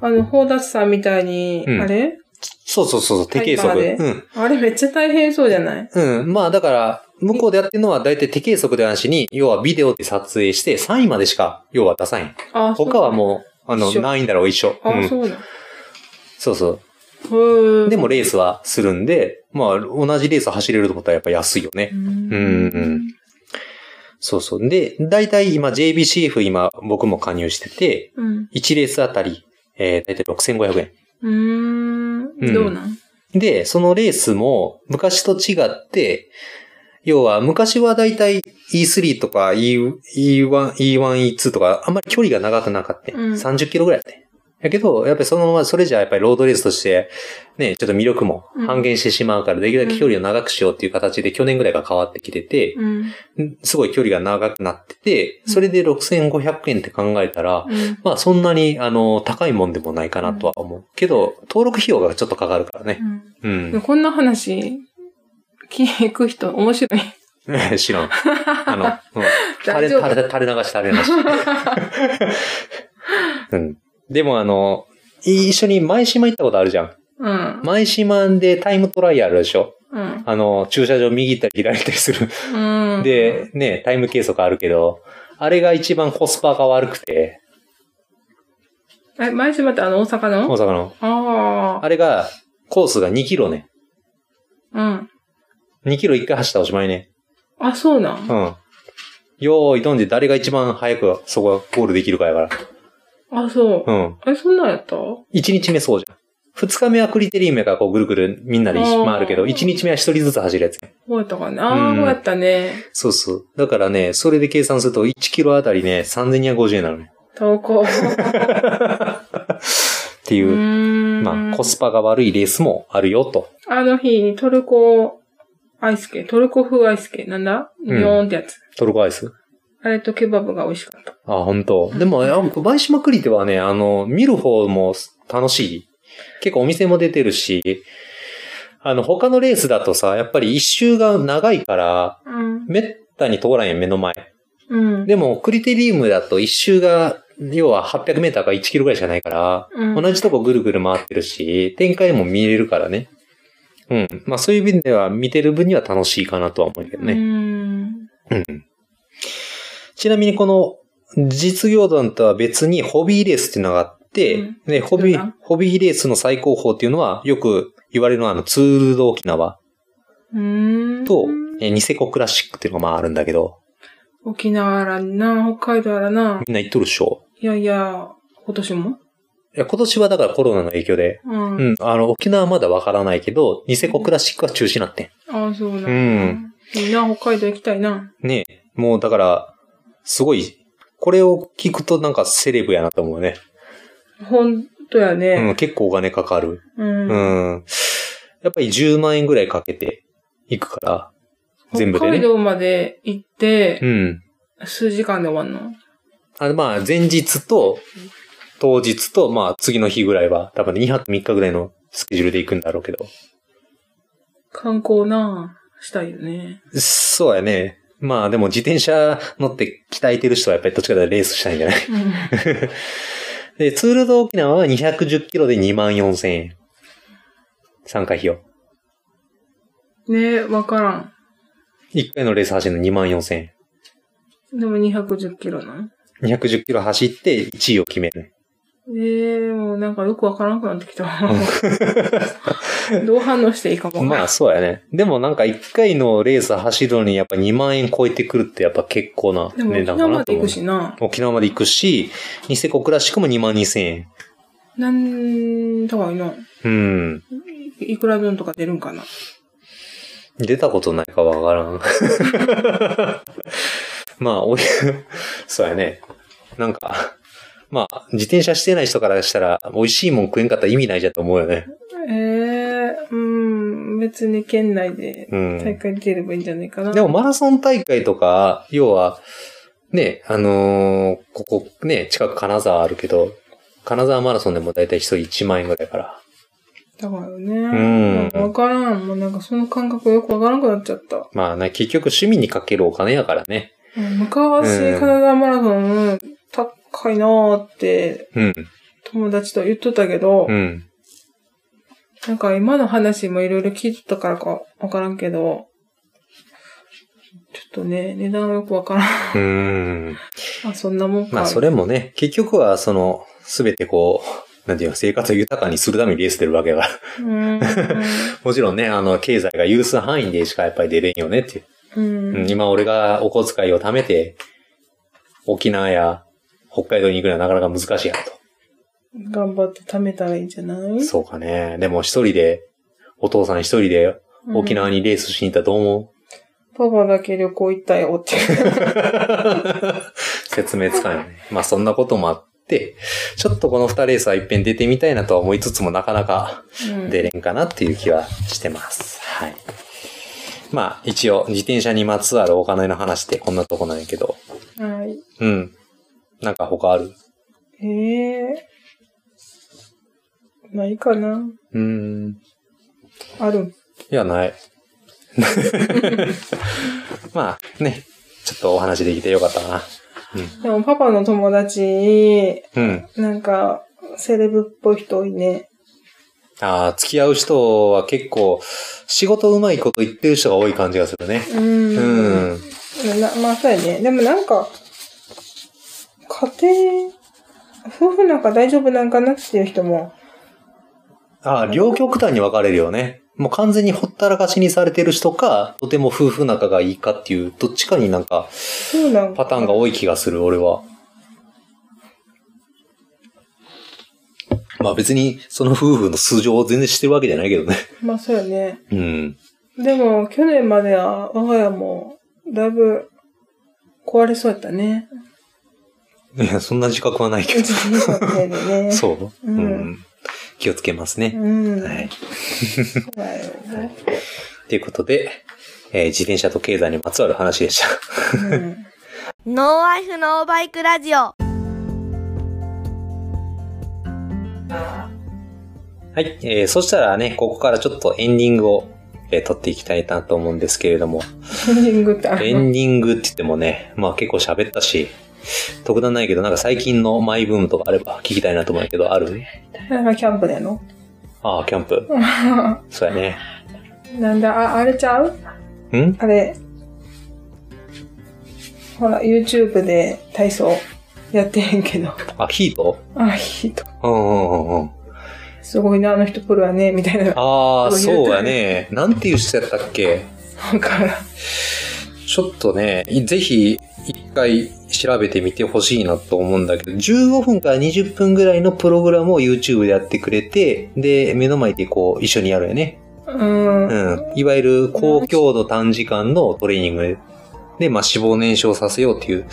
Speaker 4: あの、宝達さんみたいに、
Speaker 3: うん
Speaker 4: あれ
Speaker 3: そうそうそうそう、手計測。
Speaker 4: タイマー
Speaker 3: うん。
Speaker 4: あれめっちゃ大変そうじゃない
Speaker 3: うん。まあだから、向こうでやってるのは大体手計測ではなしに、要はビデオで撮影して3位までしか、要は出さない。
Speaker 4: あそう
Speaker 3: 他はもう、あの、
Speaker 4: 一緒
Speaker 3: 難易度は一緒。う
Speaker 4: あ、
Speaker 3: ん。
Speaker 4: そうだ。
Speaker 3: そうそう。
Speaker 4: ふー
Speaker 3: でもレースはするんで、まあ、同じレース走れると思ったらやっぱ安いよね
Speaker 4: う。ん
Speaker 3: うんそうそう。で、だいたい今 JBCF 今僕も加入してて、
Speaker 4: うん。
Speaker 3: 1レースあたり、えー、だいたい6500円。
Speaker 4: うー
Speaker 3: うん
Speaker 4: ん。どうなん
Speaker 3: で、そのレースも昔と違って、要は昔はだいたい E3 とか E- E1、E1、E2 とかあんまり距離が長くなかった。
Speaker 4: うん
Speaker 3: 30キロぐらいだって。やけど、やっぱりそのまま、それじゃやっぱりロードレースとして、ね、ちょっと魅力も半減してしまうから、できるだけ距離を長くしようっていう形で去年ぐらいが変わってきてて、
Speaker 4: うん。
Speaker 3: すごい距離が長くなってて、それで6500円って考えたら、
Speaker 4: うん
Speaker 3: まあそんなに、あの、高いもんでもないかなとは思う。けど、登録費用がちょっとかかるからね。う
Speaker 4: うん。
Speaker 3: ん。
Speaker 4: こんな話、聞く人面 白い。
Speaker 3: 知らん。あの、うん、垂れ、
Speaker 4: 大丈夫
Speaker 3: 垂れ、垂れ流し垂れ流 し。うん。でもあの、一緒に舞島行ったことあるじゃん。
Speaker 4: うん。
Speaker 3: 舞島でタイムトライアルあるでしょ
Speaker 4: うん。
Speaker 3: あの、駐車場右行ったり左行ったりする。
Speaker 4: うん。
Speaker 3: で、ね、タイム計測あるけど、あれが一番コスパが悪くて、
Speaker 4: え、前島ってあの大阪
Speaker 3: 大
Speaker 4: の
Speaker 3: 阪の。
Speaker 4: ああ。
Speaker 3: あれが、コースが2キロね。
Speaker 4: うん。
Speaker 3: 2キロ1回走ったらおしまいね。
Speaker 4: あ、そうなん。
Speaker 3: う
Speaker 4: あ
Speaker 3: ん。よーい、どんで誰が一番早くそこがゴールできるかやから。
Speaker 4: そ
Speaker 3: う
Speaker 4: う。
Speaker 3: ん。
Speaker 4: え、そんなんやった
Speaker 3: 1日目そうじゃん。二日目はクリテリウムがこうぐるぐるみんなで
Speaker 4: あー
Speaker 3: 回るけど、一日目は一人ずつ走るやつ。
Speaker 4: こうやったかなあ
Speaker 3: う
Speaker 4: あ、
Speaker 3: ん
Speaker 4: こうやったね。
Speaker 3: そうそう。だからね、それで計算すると1キロあたりね、3250円なのね。
Speaker 4: 投稿。
Speaker 3: っていうう、
Speaker 4: ーん
Speaker 3: まあ、コスパが悪いレースもあるよと。
Speaker 4: あの日にトルコアイスケ、トルコ風アイスケ、なんだビ
Speaker 3: うん
Speaker 4: ヨーンってやつ。
Speaker 3: トルコアイス。
Speaker 4: あれとケバブが美味しかった。
Speaker 3: あ、本当。でも、あ買いしまくりではね、あの、見る方も楽しい。結構お店も出てるし、あの、他のレースだとさ、やっぱり一周が長いから、
Speaker 4: うん。
Speaker 3: めったに通らんやん、目の前。
Speaker 4: うん。
Speaker 3: でも、クリテリウムだと一周が、要は800メーターか1キロぐらいしかないから、
Speaker 4: うん
Speaker 3: 同じとこぐるぐる回ってるし、展開も見れるからね。うん。まあそういう意味では、見てる分には楽しいかなとは思うけど
Speaker 4: う
Speaker 3: ね。
Speaker 4: ん。
Speaker 3: うん。ちなみにこの、実業団とは別にホビーレースっていうのがあって、
Speaker 4: うん
Speaker 3: ね、ホビ
Speaker 4: そう
Speaker 3: ー
Speaker 4: だ、
Speaker 3: ホビーレースの最高峰っていうのは、よく言われるのはあの、ツールド沖縄
Speaker 4: うん。
Speaker 3: と、えニセコクラシックっていうのがまああるんだけど、
Speaker 4: 沖縄あらんな、北海道あらな。
Speaker 3: みんな行っとるっしょ。
Speaker 4: いやいや、今年も
Speaker 3: いや、今年はだからコロナの影響で、
Speaker 4: うん。
Speaker 3: うん、あの、沖縄はまだわからないけど、ニセコクラシックは中止になって
Speaker 4: ああ、そうなんだ。
Speaker 3: うん
Speaker 4: いいな、北海道行きたいな。
Speaker 3: ん。ねえもうだから、すごい、これを聞くとなんかセレブやなと思うね。
Speaker 4: ほんとや
Speaker 3: う
Speaker 4: ね。
Speaker 3: ん、結構お金かかる。
Speaker 4: うん。
Speaker 3: うん。やっぱり10万円ぐらいかけていくから、全部
Speaker 4: 北
Speaker 3: で
Speaker 4: 海
Speaker 3: ね。
Speaker 4: 道まで行って、
Speaker 3: うん。
Speaker 4: 数時間で終わんの
Speaker 3: あまあ、前日と、当日と、まあ、次の日ぐらいは、多分2泊3日ぐらいのスケジュールで行くんだろうけど。
Speaker 4: 観光な、したいよね。
Speaker 3: そうやね。まあ、でも自転車乗って鍛えてる人はやっぱりどっちかというとレースしたいんじゃない
Speaker 4: うん。
Speaker 3: で、ツールド沖縄は210キロで2万4千円。参加費用。
Speaker 4: ねえ、わからん。
Speaker 3: 1回のレース走るの2万4千
Speaker 4: でも210キロなの
Speaker 3: 円。210キロ走って1位を決める。
Speaker 4: ええもうなんかよくわからなくなってきた。 どう反応していいかも。
Speaker 3: まあ、そうやね。でもなんか1回のレース走るのにやっぱ2万円超えてくるってやっぱ結構な
Speaker 4: でも沖
Speaker 3: 値段か
Speaker 4: 縄ま
Speaker 3: な
Speaker 4: で
Speaker 3: と
Speaker 4: 行
Speaker 3: 思う
Speaker 4: く。しな。
Speaker 3: 沖縄まで行くし、ニセコクラシックも2万2千
Speaker 4: なん、高いな。
Speaker 3: 円。うん。
Speaker 4: いいくら分とか出るんかな。
Speaker 3: 出たことないかわからん。 まあ、おい、そうやね。なんか、まあ、自転車してない人からしたら、美味しいもん食えんかったら意味ないじゃんと思うよね。
Speaker 4: ええうん、別に県内で
Speaker 3: うん。
Speaker 4: 大会出てればいいんじゃないかな。
Speaker 3: でも、マラソン大会とか、要は、ね、あのーここね、近く金沢あるけど、金沢マラソンでもだいたい一人1万円ぐらいから。
Speaker 4: だから
Speaker 3: ん
Speaker 4: ね。うん。わからん。もうなんかその感覚よくわからなくなっちゃった。
Speaker 3: まあね、結局趣味にかけるお金やからね。
Speaker 4: うん昔、
Speaker 3: うん
Speaker 4: カナダマラソン、高いなーって
Speaker 3: うん。
Speaker 4: 友達と言っとったけど、
Speaker 3: うん。
Speaker 4: なんか今の話もいろいろ聞いてたからかわからんけど、ちょっとね、値段はよくわからん。
Speaker 3: うん。
Speaker 4: あ、そんなもんか。
Speaker 3: まあそれもね、結局はその、すべてこう、なんていうの、生活を豊かにするためにレース出るわけだから。
Speaker 4: うん。
Speaker 3: もちろんね、あの、経済が有数範囲でしかやっぱり出れんよねっていう。
Speaker 4: うん。
Speaker 3: うん今俺がお小遣いを貯めて、沖縄や北海道に行くのはなかなか難しいやと。
Speaker 4: 頑張って貯めたらいいんじゃない
Speaker 3: そうかね。でも一人で、お父さん一人で沖縄
Speaker 4: に。
Speaker 3: にレースしに行ったらどう 思う、
Speaker 4: パパだけ旅行行ったよって。
Speaker 3: 説明つかんよね。まあそんなこともあって、ちょっとこの二レースは一遍出てみたいなとは思いつつもなかなか
Speaker 4: うん
Speaker 3: 出れんかなっていう気はしてます。はい。まあ、一応、自転車にまつわるお金の話ってこんなとこなんやけど。
Speaker 4: はい。
Speaker 3: うん。なんか他ある
Speaker 4: ええないかな
Speaker 3: うーん。
Speaker 4: ある。
Speaker 3: いや、 ない。まあ、ね。ちょっとお話できてよかったな。
Speaker 4: でもパパの友達に、
Speaker 3: うん。
Speaker 4: なんか、セレブっぽい人多いね。
Speaker 3: ああ、付き合う人は結構、仕事うまいこと言ってる人が多い感じがするね。
Speaker 4: うん
Speaker 3: うん。
Speaker 4: な、まあそうやね。でもなんか、家庭、夫婦なんか大丈夫なんかなっていう人も、
Speaker 3: ああ、両極端に分かれるよね。もう完全にほったらかしにされてる人か、とても夫婦仲がいいかっていう、どっちかになんか、
Speaker 4: そうなん
Speaker 3: パターンが
Speaker 4: い。
Speaker 3: 多い気がする、俺は。まあ別に、その夫婦の素性を全然してるわけじゃないけどね。
Speaker 4: まあそうよね。
Speaker 3: うん。
Speaker 4: でも、去年までは我が家も、だいぶ、壊れそうやったね。
Speaker 3: いや、そんな自覚はないけ
Speaker 4: うちの家のせいでね。
Speaker 3: そう、う、
Speaker 4: うんん
Speaker 3: 気をつけます
Speaker 4: う
Speaker 3: ね。
Speaker 4: ん。
Speaker 3: はい。
Speaker 4: そうだよ。
Speaker 3: ということで、えー自転車と経済にまつわる話でした。
Speaker 4: うん。
Speaker 1: ノーワイフノーバイクラジオ
Speaker 3: はい。えーそしたらね、ここからちょっとエンディングを、えー撮っていきたいなと思うんですけれども、
Speaker 4: エンディングってある
Speaker 3: エンディングって言ってもね、まあ結構喋ったし、特段ないけど、なんか最近のマイブームとかあれば聞きたいなと思うけど、ある
Speaker 4: なんかキャンプでの
Speaker 3: ああ、キャン プ。そうやね。
Speaker 4: なんだ、あ、あれちゃうんあれ。ほら、YouTube で体操やってへんけど。
Speaker 3: あ、ヒート
Speaker 4: あ、いいと。
Speaker 3: うんうんうんうん。
Speaker 4: すごいな、あの人プロはね、みたいな。
Speaker 3: ああ、
Speaker 4: そういう
Speaker 3: そうやね。なんていう人やったっけ
Speaker 4: だから。
Speaker 3: ちょっとね、いぜひ一回調べてみてほしいなと思うんだけど、15分から20分ぐらいのプログラムを YouTube でやってくれて、で、目の前でこう一緒にやるよね。
Speaker 4: うん。
Speaker 3: うん。いわゆる高強度短時間のトレーニングで、でまあ脂肪燃焼させようっていう、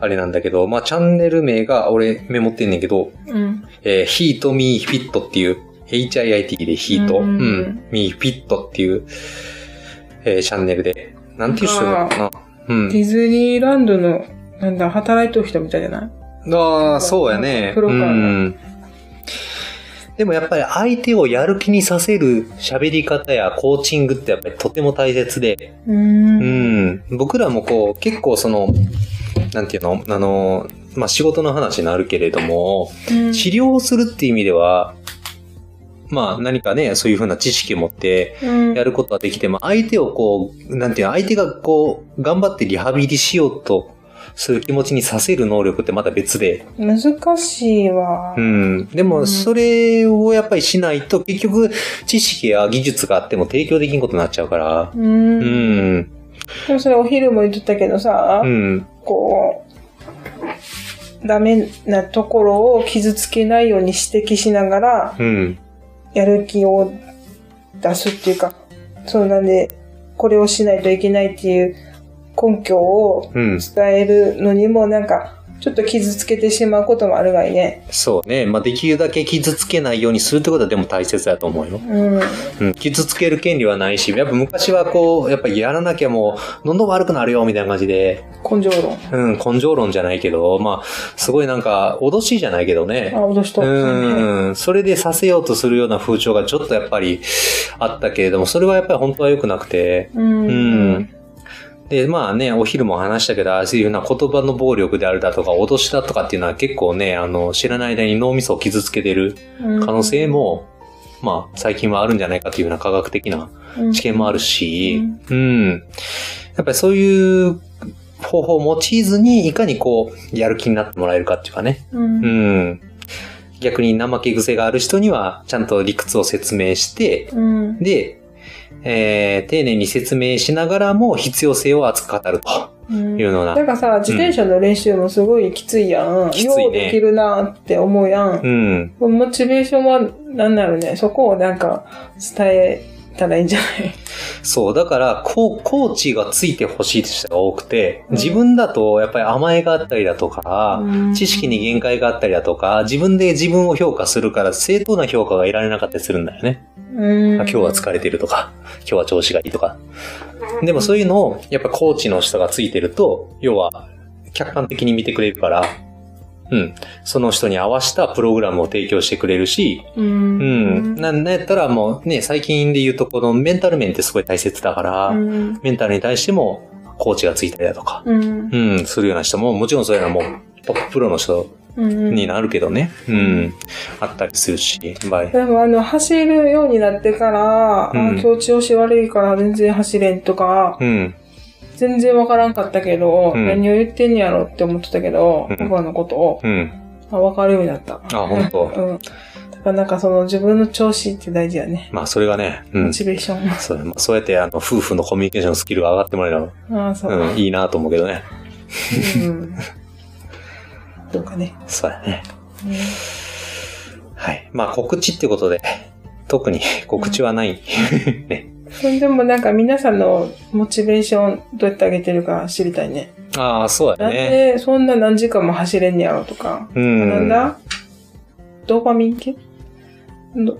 Speaker 3: あれなんだけど、まあチャンネル名が俺メモってんねんけど、
Speaker 4: うん。
Speaker 3: えー、ヒートミーフィットっていう、HIIT でヒート、う
Speaker 4: うんん、
Speaker 3: ミーフィットっていう、えーチャンネルで、なんていう人だろうな。うん
Speaker 4: デ。ィズニーランドの、なんだ、働いてる人みたいじゃない
Speaker 3: ああ、そうやね。
Speaker 4: プロ感が
Speaker 3: うん。でもやっぱり相手をやる気にさせる喋り方やコーチングってやっぱりとても大切で、
Speaker 4: う。
Speaker 3: うんん。僕らもこう、結構その、なんていうのあの、まあ、仕事の話になるけれども、治療をするっていう意味では、まあ何かね、そういうふうな知識を持って
Speaker 4: うん。
Speaker 3: やることはできても、相手をこう、なんていうの、相手がこう、頑張ってリハビリしようとする気持ちにさせる能力ってまた別で、
Speaker 4: 難しいわ
Speaker 3: う。ん。で
Speaker 4: う
Speaker 3: も、
Speaker 4: ん
Speaker 3: それをやっぱりしないと、結局、知識や技術があっても提供できんことになっちゃうから。
Speaker 4: うん。
Speaker 3: うん。
Speaker 4: でもそれお昼も言っとったけどさ、
Speaker 3: うん。
Speaker 4: こう、ダメなところを傷つけないように指摘しながら、
Speaker 3: うん。
Speaker 4: やる気を出すっていうか、そうなんで、これをしないといけないっていう根拠を
Speaker 3: うん。
Speaker 4: 伝えるのにも、なんか、ちょっと傷つけてしまうこともあるがいね。
Speaker 3: そうね。まあ、できるだけ傷つけないようにするってことはでも大切だと思うよ。
Speaker 4: うん。
Speaker 3: うん。傷つける権利はないし、やっぱ昔はこう、やっぱりやらなきゃもう、どんどん悪くなるよ、みたいな感じで、
Speaker 4: 根性論。
Speaker 3: うん、根性論じゃないけど、まあ、すごいなんか、脅しじゃないけどね。
Speaker 4: あ、脅しとったね。
Speaker 3: うん、それでさせようとするような風潮がちょっとやっぱりあったけれども、それはやっぱり本当は良くなくて、う
Speaker 4: う。
Speaker 3: んん。で、まあね、お昼も話したけど、ああいうふうな言葉の暴力であるだとか、脅しだとかっていうのは結構ね、あの、知らない間に脳みそを傷つけてる
Speaker 4: 可
Speaker 3: 可能性も、まあ、最近はあるんじゃないかというような科学的な知見もあるし、うん。やっぱりそういう方法を用いずに、いかにこう、やる気になってもらえるかっていうかね。
Speaker 4: うん。
Speaker 3: う
Speaker 4: うん。
Speaker 3: ん。逆に怠け癖がある人には、ちゃんと理屈を説明して、
Speaker 4: うん。
Speaker 3: で、えー丁寧に説明しながらも必要性を熱く語ると
Speaker 4: うん
Speaker 3: いうような
Speaker 4: だ。からさ、自転車の練習もすごいきついやん。
Speaker 3: きついね
Speaker 4: ようできるなって思うやん。
Speaker 3: うん。
Speaker 4: モチベーションは何だろうね。そこをなんか伝えたらいいんじゃない
Speaker 3: そう。だから、こう、コーチがついてほしいって人が多くて、自分だとやっぱり甘えがあったりだと か、知識に限界があったりだとか、自分で自分を評価するから正当な評価が得られなかったりするんだよね。
Speaker 4: うん。
Speaker 3: あ今日は疲れてるとか、今日は調子がいいとか。でもそういうのを、やっぱコーチの人がついてると、要は、客観的に見てくれるから、うん。その人に合わせたプログラムを提供してくれるし、
Speaker 4: う
Speaker 3: うんん。。なんだったらもうね、最近で言うとこのメンタル面ってすごい大切だから、
Speaker 4: うん。
Speaker 3: メンタルに対してもコーチがついたりだとか、
Speaker 4: うん。
Speaker 3: うん、するような人も、もちろんそういうのはもう、プロの人
Speaker 4: うん。
Speaker 3: になるけどね、うん、あったりするし、まあ
Speaker 4: でもあの、走るようになってから、
Speaker 3: うん
Speaker 4: あ今日調子悪いから全然走れんとか、
Speaker 3: うん、
Speaker 4: 全然わからんかったけど、
Speaker 3: うん
Speaker 4: 何を言ってんやろって思ってたけど、
Speaker 3: うん
Speaker 4: 僕らのことを、
Speaker 3: うん。
Speaker 4: あわかるようになった。
Speaker 3: あ、本当
Speaker 4: うん。だからなんかその自分の調子って大事やね。
Speaker 3: まあ、それがね、う
Speaker 4: モ
Speaker 3: ん。
Speaker 4: チベーション。
Speaker 3: そう,、まあ、そうやって、あの、夫婦のコミュニケーションスキルが上がってもらえる
Speaker 4: ああ、そう。
Speaker 3: の、うん、いいなと思うけどね。
Speaker 4: うん。どうかね。
Speaker 3: そうやね。
Speaker 4: うん
Speaker 3: はい。まあ告知ってことで、特に告知はない。ね。
Speaker 4: それでもなんか皆さんのモチベーションどうやって上げてるか知りたいね。
Speaker 3: ああ、そう
Speaker 4: な
Speaker 3: だ
Speaker 4: ん
Speaker 3: ね。
Speaker 4: でそんな何時間も走れんねやろとか。
Speaker 3: うん。
Speaker 4: なんだドーパミン系ど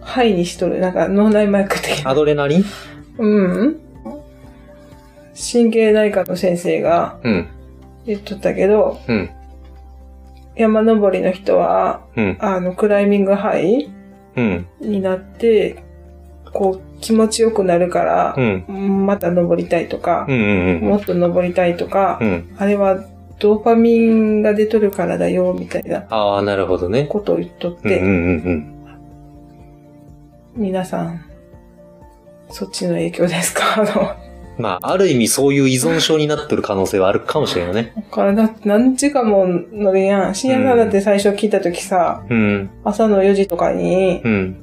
Speaker 4: ハイにしとる。なんか脳内麻薬的な。
Speaker 3: アドレナリン
Speaker 4: うん。神経内科の先生が
Speaker 3: うん。
Speaker 4: 言っとったけど、
Speaker 3: うん。
Speaker 4: 山登りの人は、
Speaker 3: うん。
Speaker 4: あの、クライミングハイ
Speaker 3: うん。
Speaker 4: になって、こう、気持ちよくなるから
Speaker 3: う、ん。
Speaker 4: また登りたいとか
Speaker 3: うん。う、ん。
Speaker 4: もっと登りたいとか
Speaker 3: う、ん。
Speaker 4: あれはドーパミンが出とるからだよ、みたいな
Speaker 3: ああ、なるほどね。
Speaker 4: ことを言っとっ
Speaker 3: うん。うん
Speaker 4: て、。
Speaker 3: うん。
Speaker 4: 皆さん、そっちの影響ですか あ
Speaker 3: まあ、ある意味そういう依存症になってる可能性はあるかもしれないね。
Speaker 4: の、体何時間も乗るやん。深夜さんだって最初聞いた時さ、
Speaker 3: うん。
Speaker 4: 朝の4時とかに
Speaker 3: うん。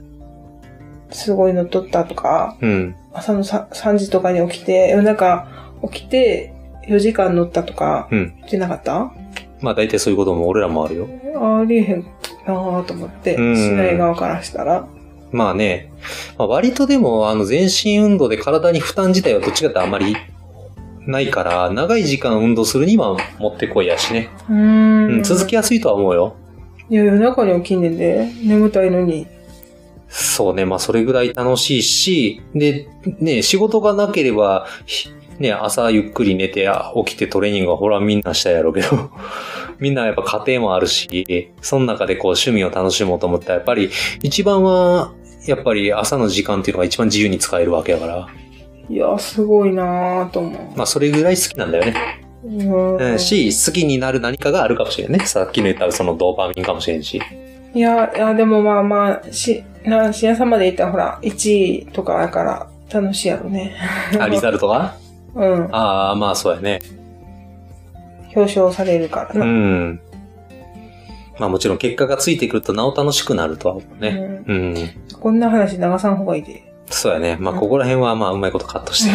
Speaker 4: すごい乗っとったとか、
Speaker 3: うん。
Speaker 4: 朝の 3, 3時とかに起きて、夜中起きて4時間乗ったとか、
Speaker 3: うん
Speaker 4: 言ってなかった
Speaker 3: まあ、大体そういうことも俺らもあるよ。
Speaker 4: ありえへんなぁと思って、
Speaker 3: うん
Speaker 4: 市内側からしたら。
Speaker 3: まあね、まあ、割とでも、あの、全身運動で体に負担自体はどっちかってあんまりないから、長い時間運動するにはもってこいやしね。
Speaker 4: う
Speaker 3: うんん、続きやすいとは思うよ。
Speaker 4: いや、夜中に起きんねんで、眠たいのに。
Speaker 3: そうね、まあそれぐらい楽しいし、で、ね、仕事がなければ、ひね、朝ゆっくり寝て、あ起きてトレーニングはほらみんなしたやろうけど、 みんなやっぱ家庭もあるし、その中でこう趣味を楽しもうと思ったら、やっぱり一番は、やっぱり朝の時間っていうのが一番自由に使えるわけだから、
Speaker 4: いや、すごいなぁと思
Speaker 3: まあそれぐらい好きなんだよね。
Speaker 4: う。うん
Speaker 3: うん、し、好きになる何かがあるかもしれんね。さっきの言ったそのドーパミンかもしれんし。
Speaker 4: いや、いや、でもまあまあ、し、な、深夜さんまで行ったらほら、1位とかやから、楽しいやろね。
Speaker 3: あ、リザルトが
Speaker 4: うん。
Speaker 3: ああ、まあそうやね。
Speaker 4: 表彰されるから
Speaker 3: う
Speaker 4: な。
Speaker 3: ん。まあもちろん結果がついてくるとなお楽しくなるとは思うね。
Speaker 4: うん
Speaker 3: うん。
Speaker 4: こんな話流さん方がいいで。
Speaker 3: そうやね。まあ
Speaker 4: うん
Speaker 3: ここら辺はまあうまいことカットして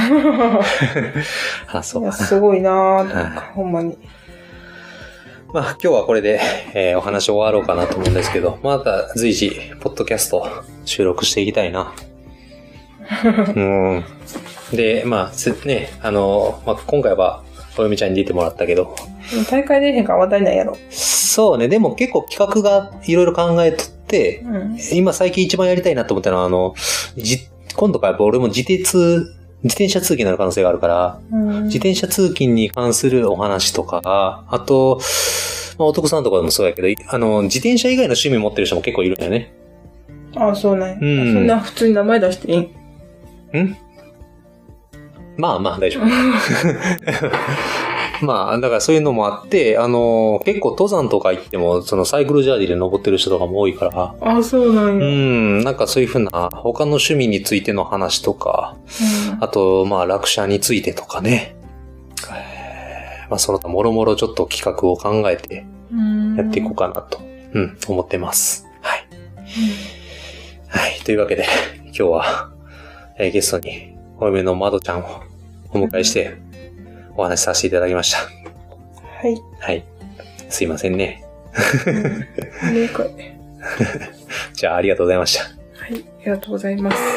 Speaker 3: 話そ
Speaker 4: いうや、
Speaker 3: かな。
Speaker 4: すごいなぁと思
Speaker 3: は
Speaker 4: う、ほんまに。
Speaker 3: まあ今日はこれで、えーお話終わろうかなと思うんですけど、また随時、ポッドキャスト収録していきたいな。うん。で、まあ、つね、あの、まあ、今回は、お嫁ちゃんに出てもらったけど、
Speaker 4: でも大会出えへんから話題ないやろ。
Speaker 3: そうね、でも結構企画がいろいろ考えとって、
Speaker 4: うん。
Speaker 3: 今最近一番やりたいなと思ったのは、あの、じ今度からやっぱ俺も自鉄、自転車通勤になる可能性があるから、
Speaker 4: うん
Speaker 3: 自転車通勤に関するお話とか、あと、まあ、男さんとかでもそうやけど、あの、自転車以外の趣味持ってる人も結構いるんだよね。
Speaker 4: あ、そうなんや。
Speaker 3: うん
Speaker 4: そんな普通に名前出していいん
Speaker 3: んまあまあ、大 丈夫。まあ、だからそういうのもあって、あの、結構登山とか行っても、そのサイクルジャーニーで登ってる人とかも多いから、
Speaker 4: あ、そうなん
Speaker 3: う
Speaker 4: や。
Speaker 3: ん、なんかそういうふうな、他の趣味についての話とか、あと、まあ、落車についてとかね。えーまあ、その他、もろもろちょっと企画を考えて
Speaker 4: うん
Speaker 3: やっていこうかなと、うん、思ってます。はい。はい。というわけで、今日は、えーゲストに、お嫁のまどちゃんをお迎えして、お話しさせていただきました。
Speaker 4: はい。
Speaker 3: はい。すいませんね。
Speaker 4: 了解。
Speaker 3: じゃあ、ありがとうございました。
Speaker 4: はい、ありがとうございます。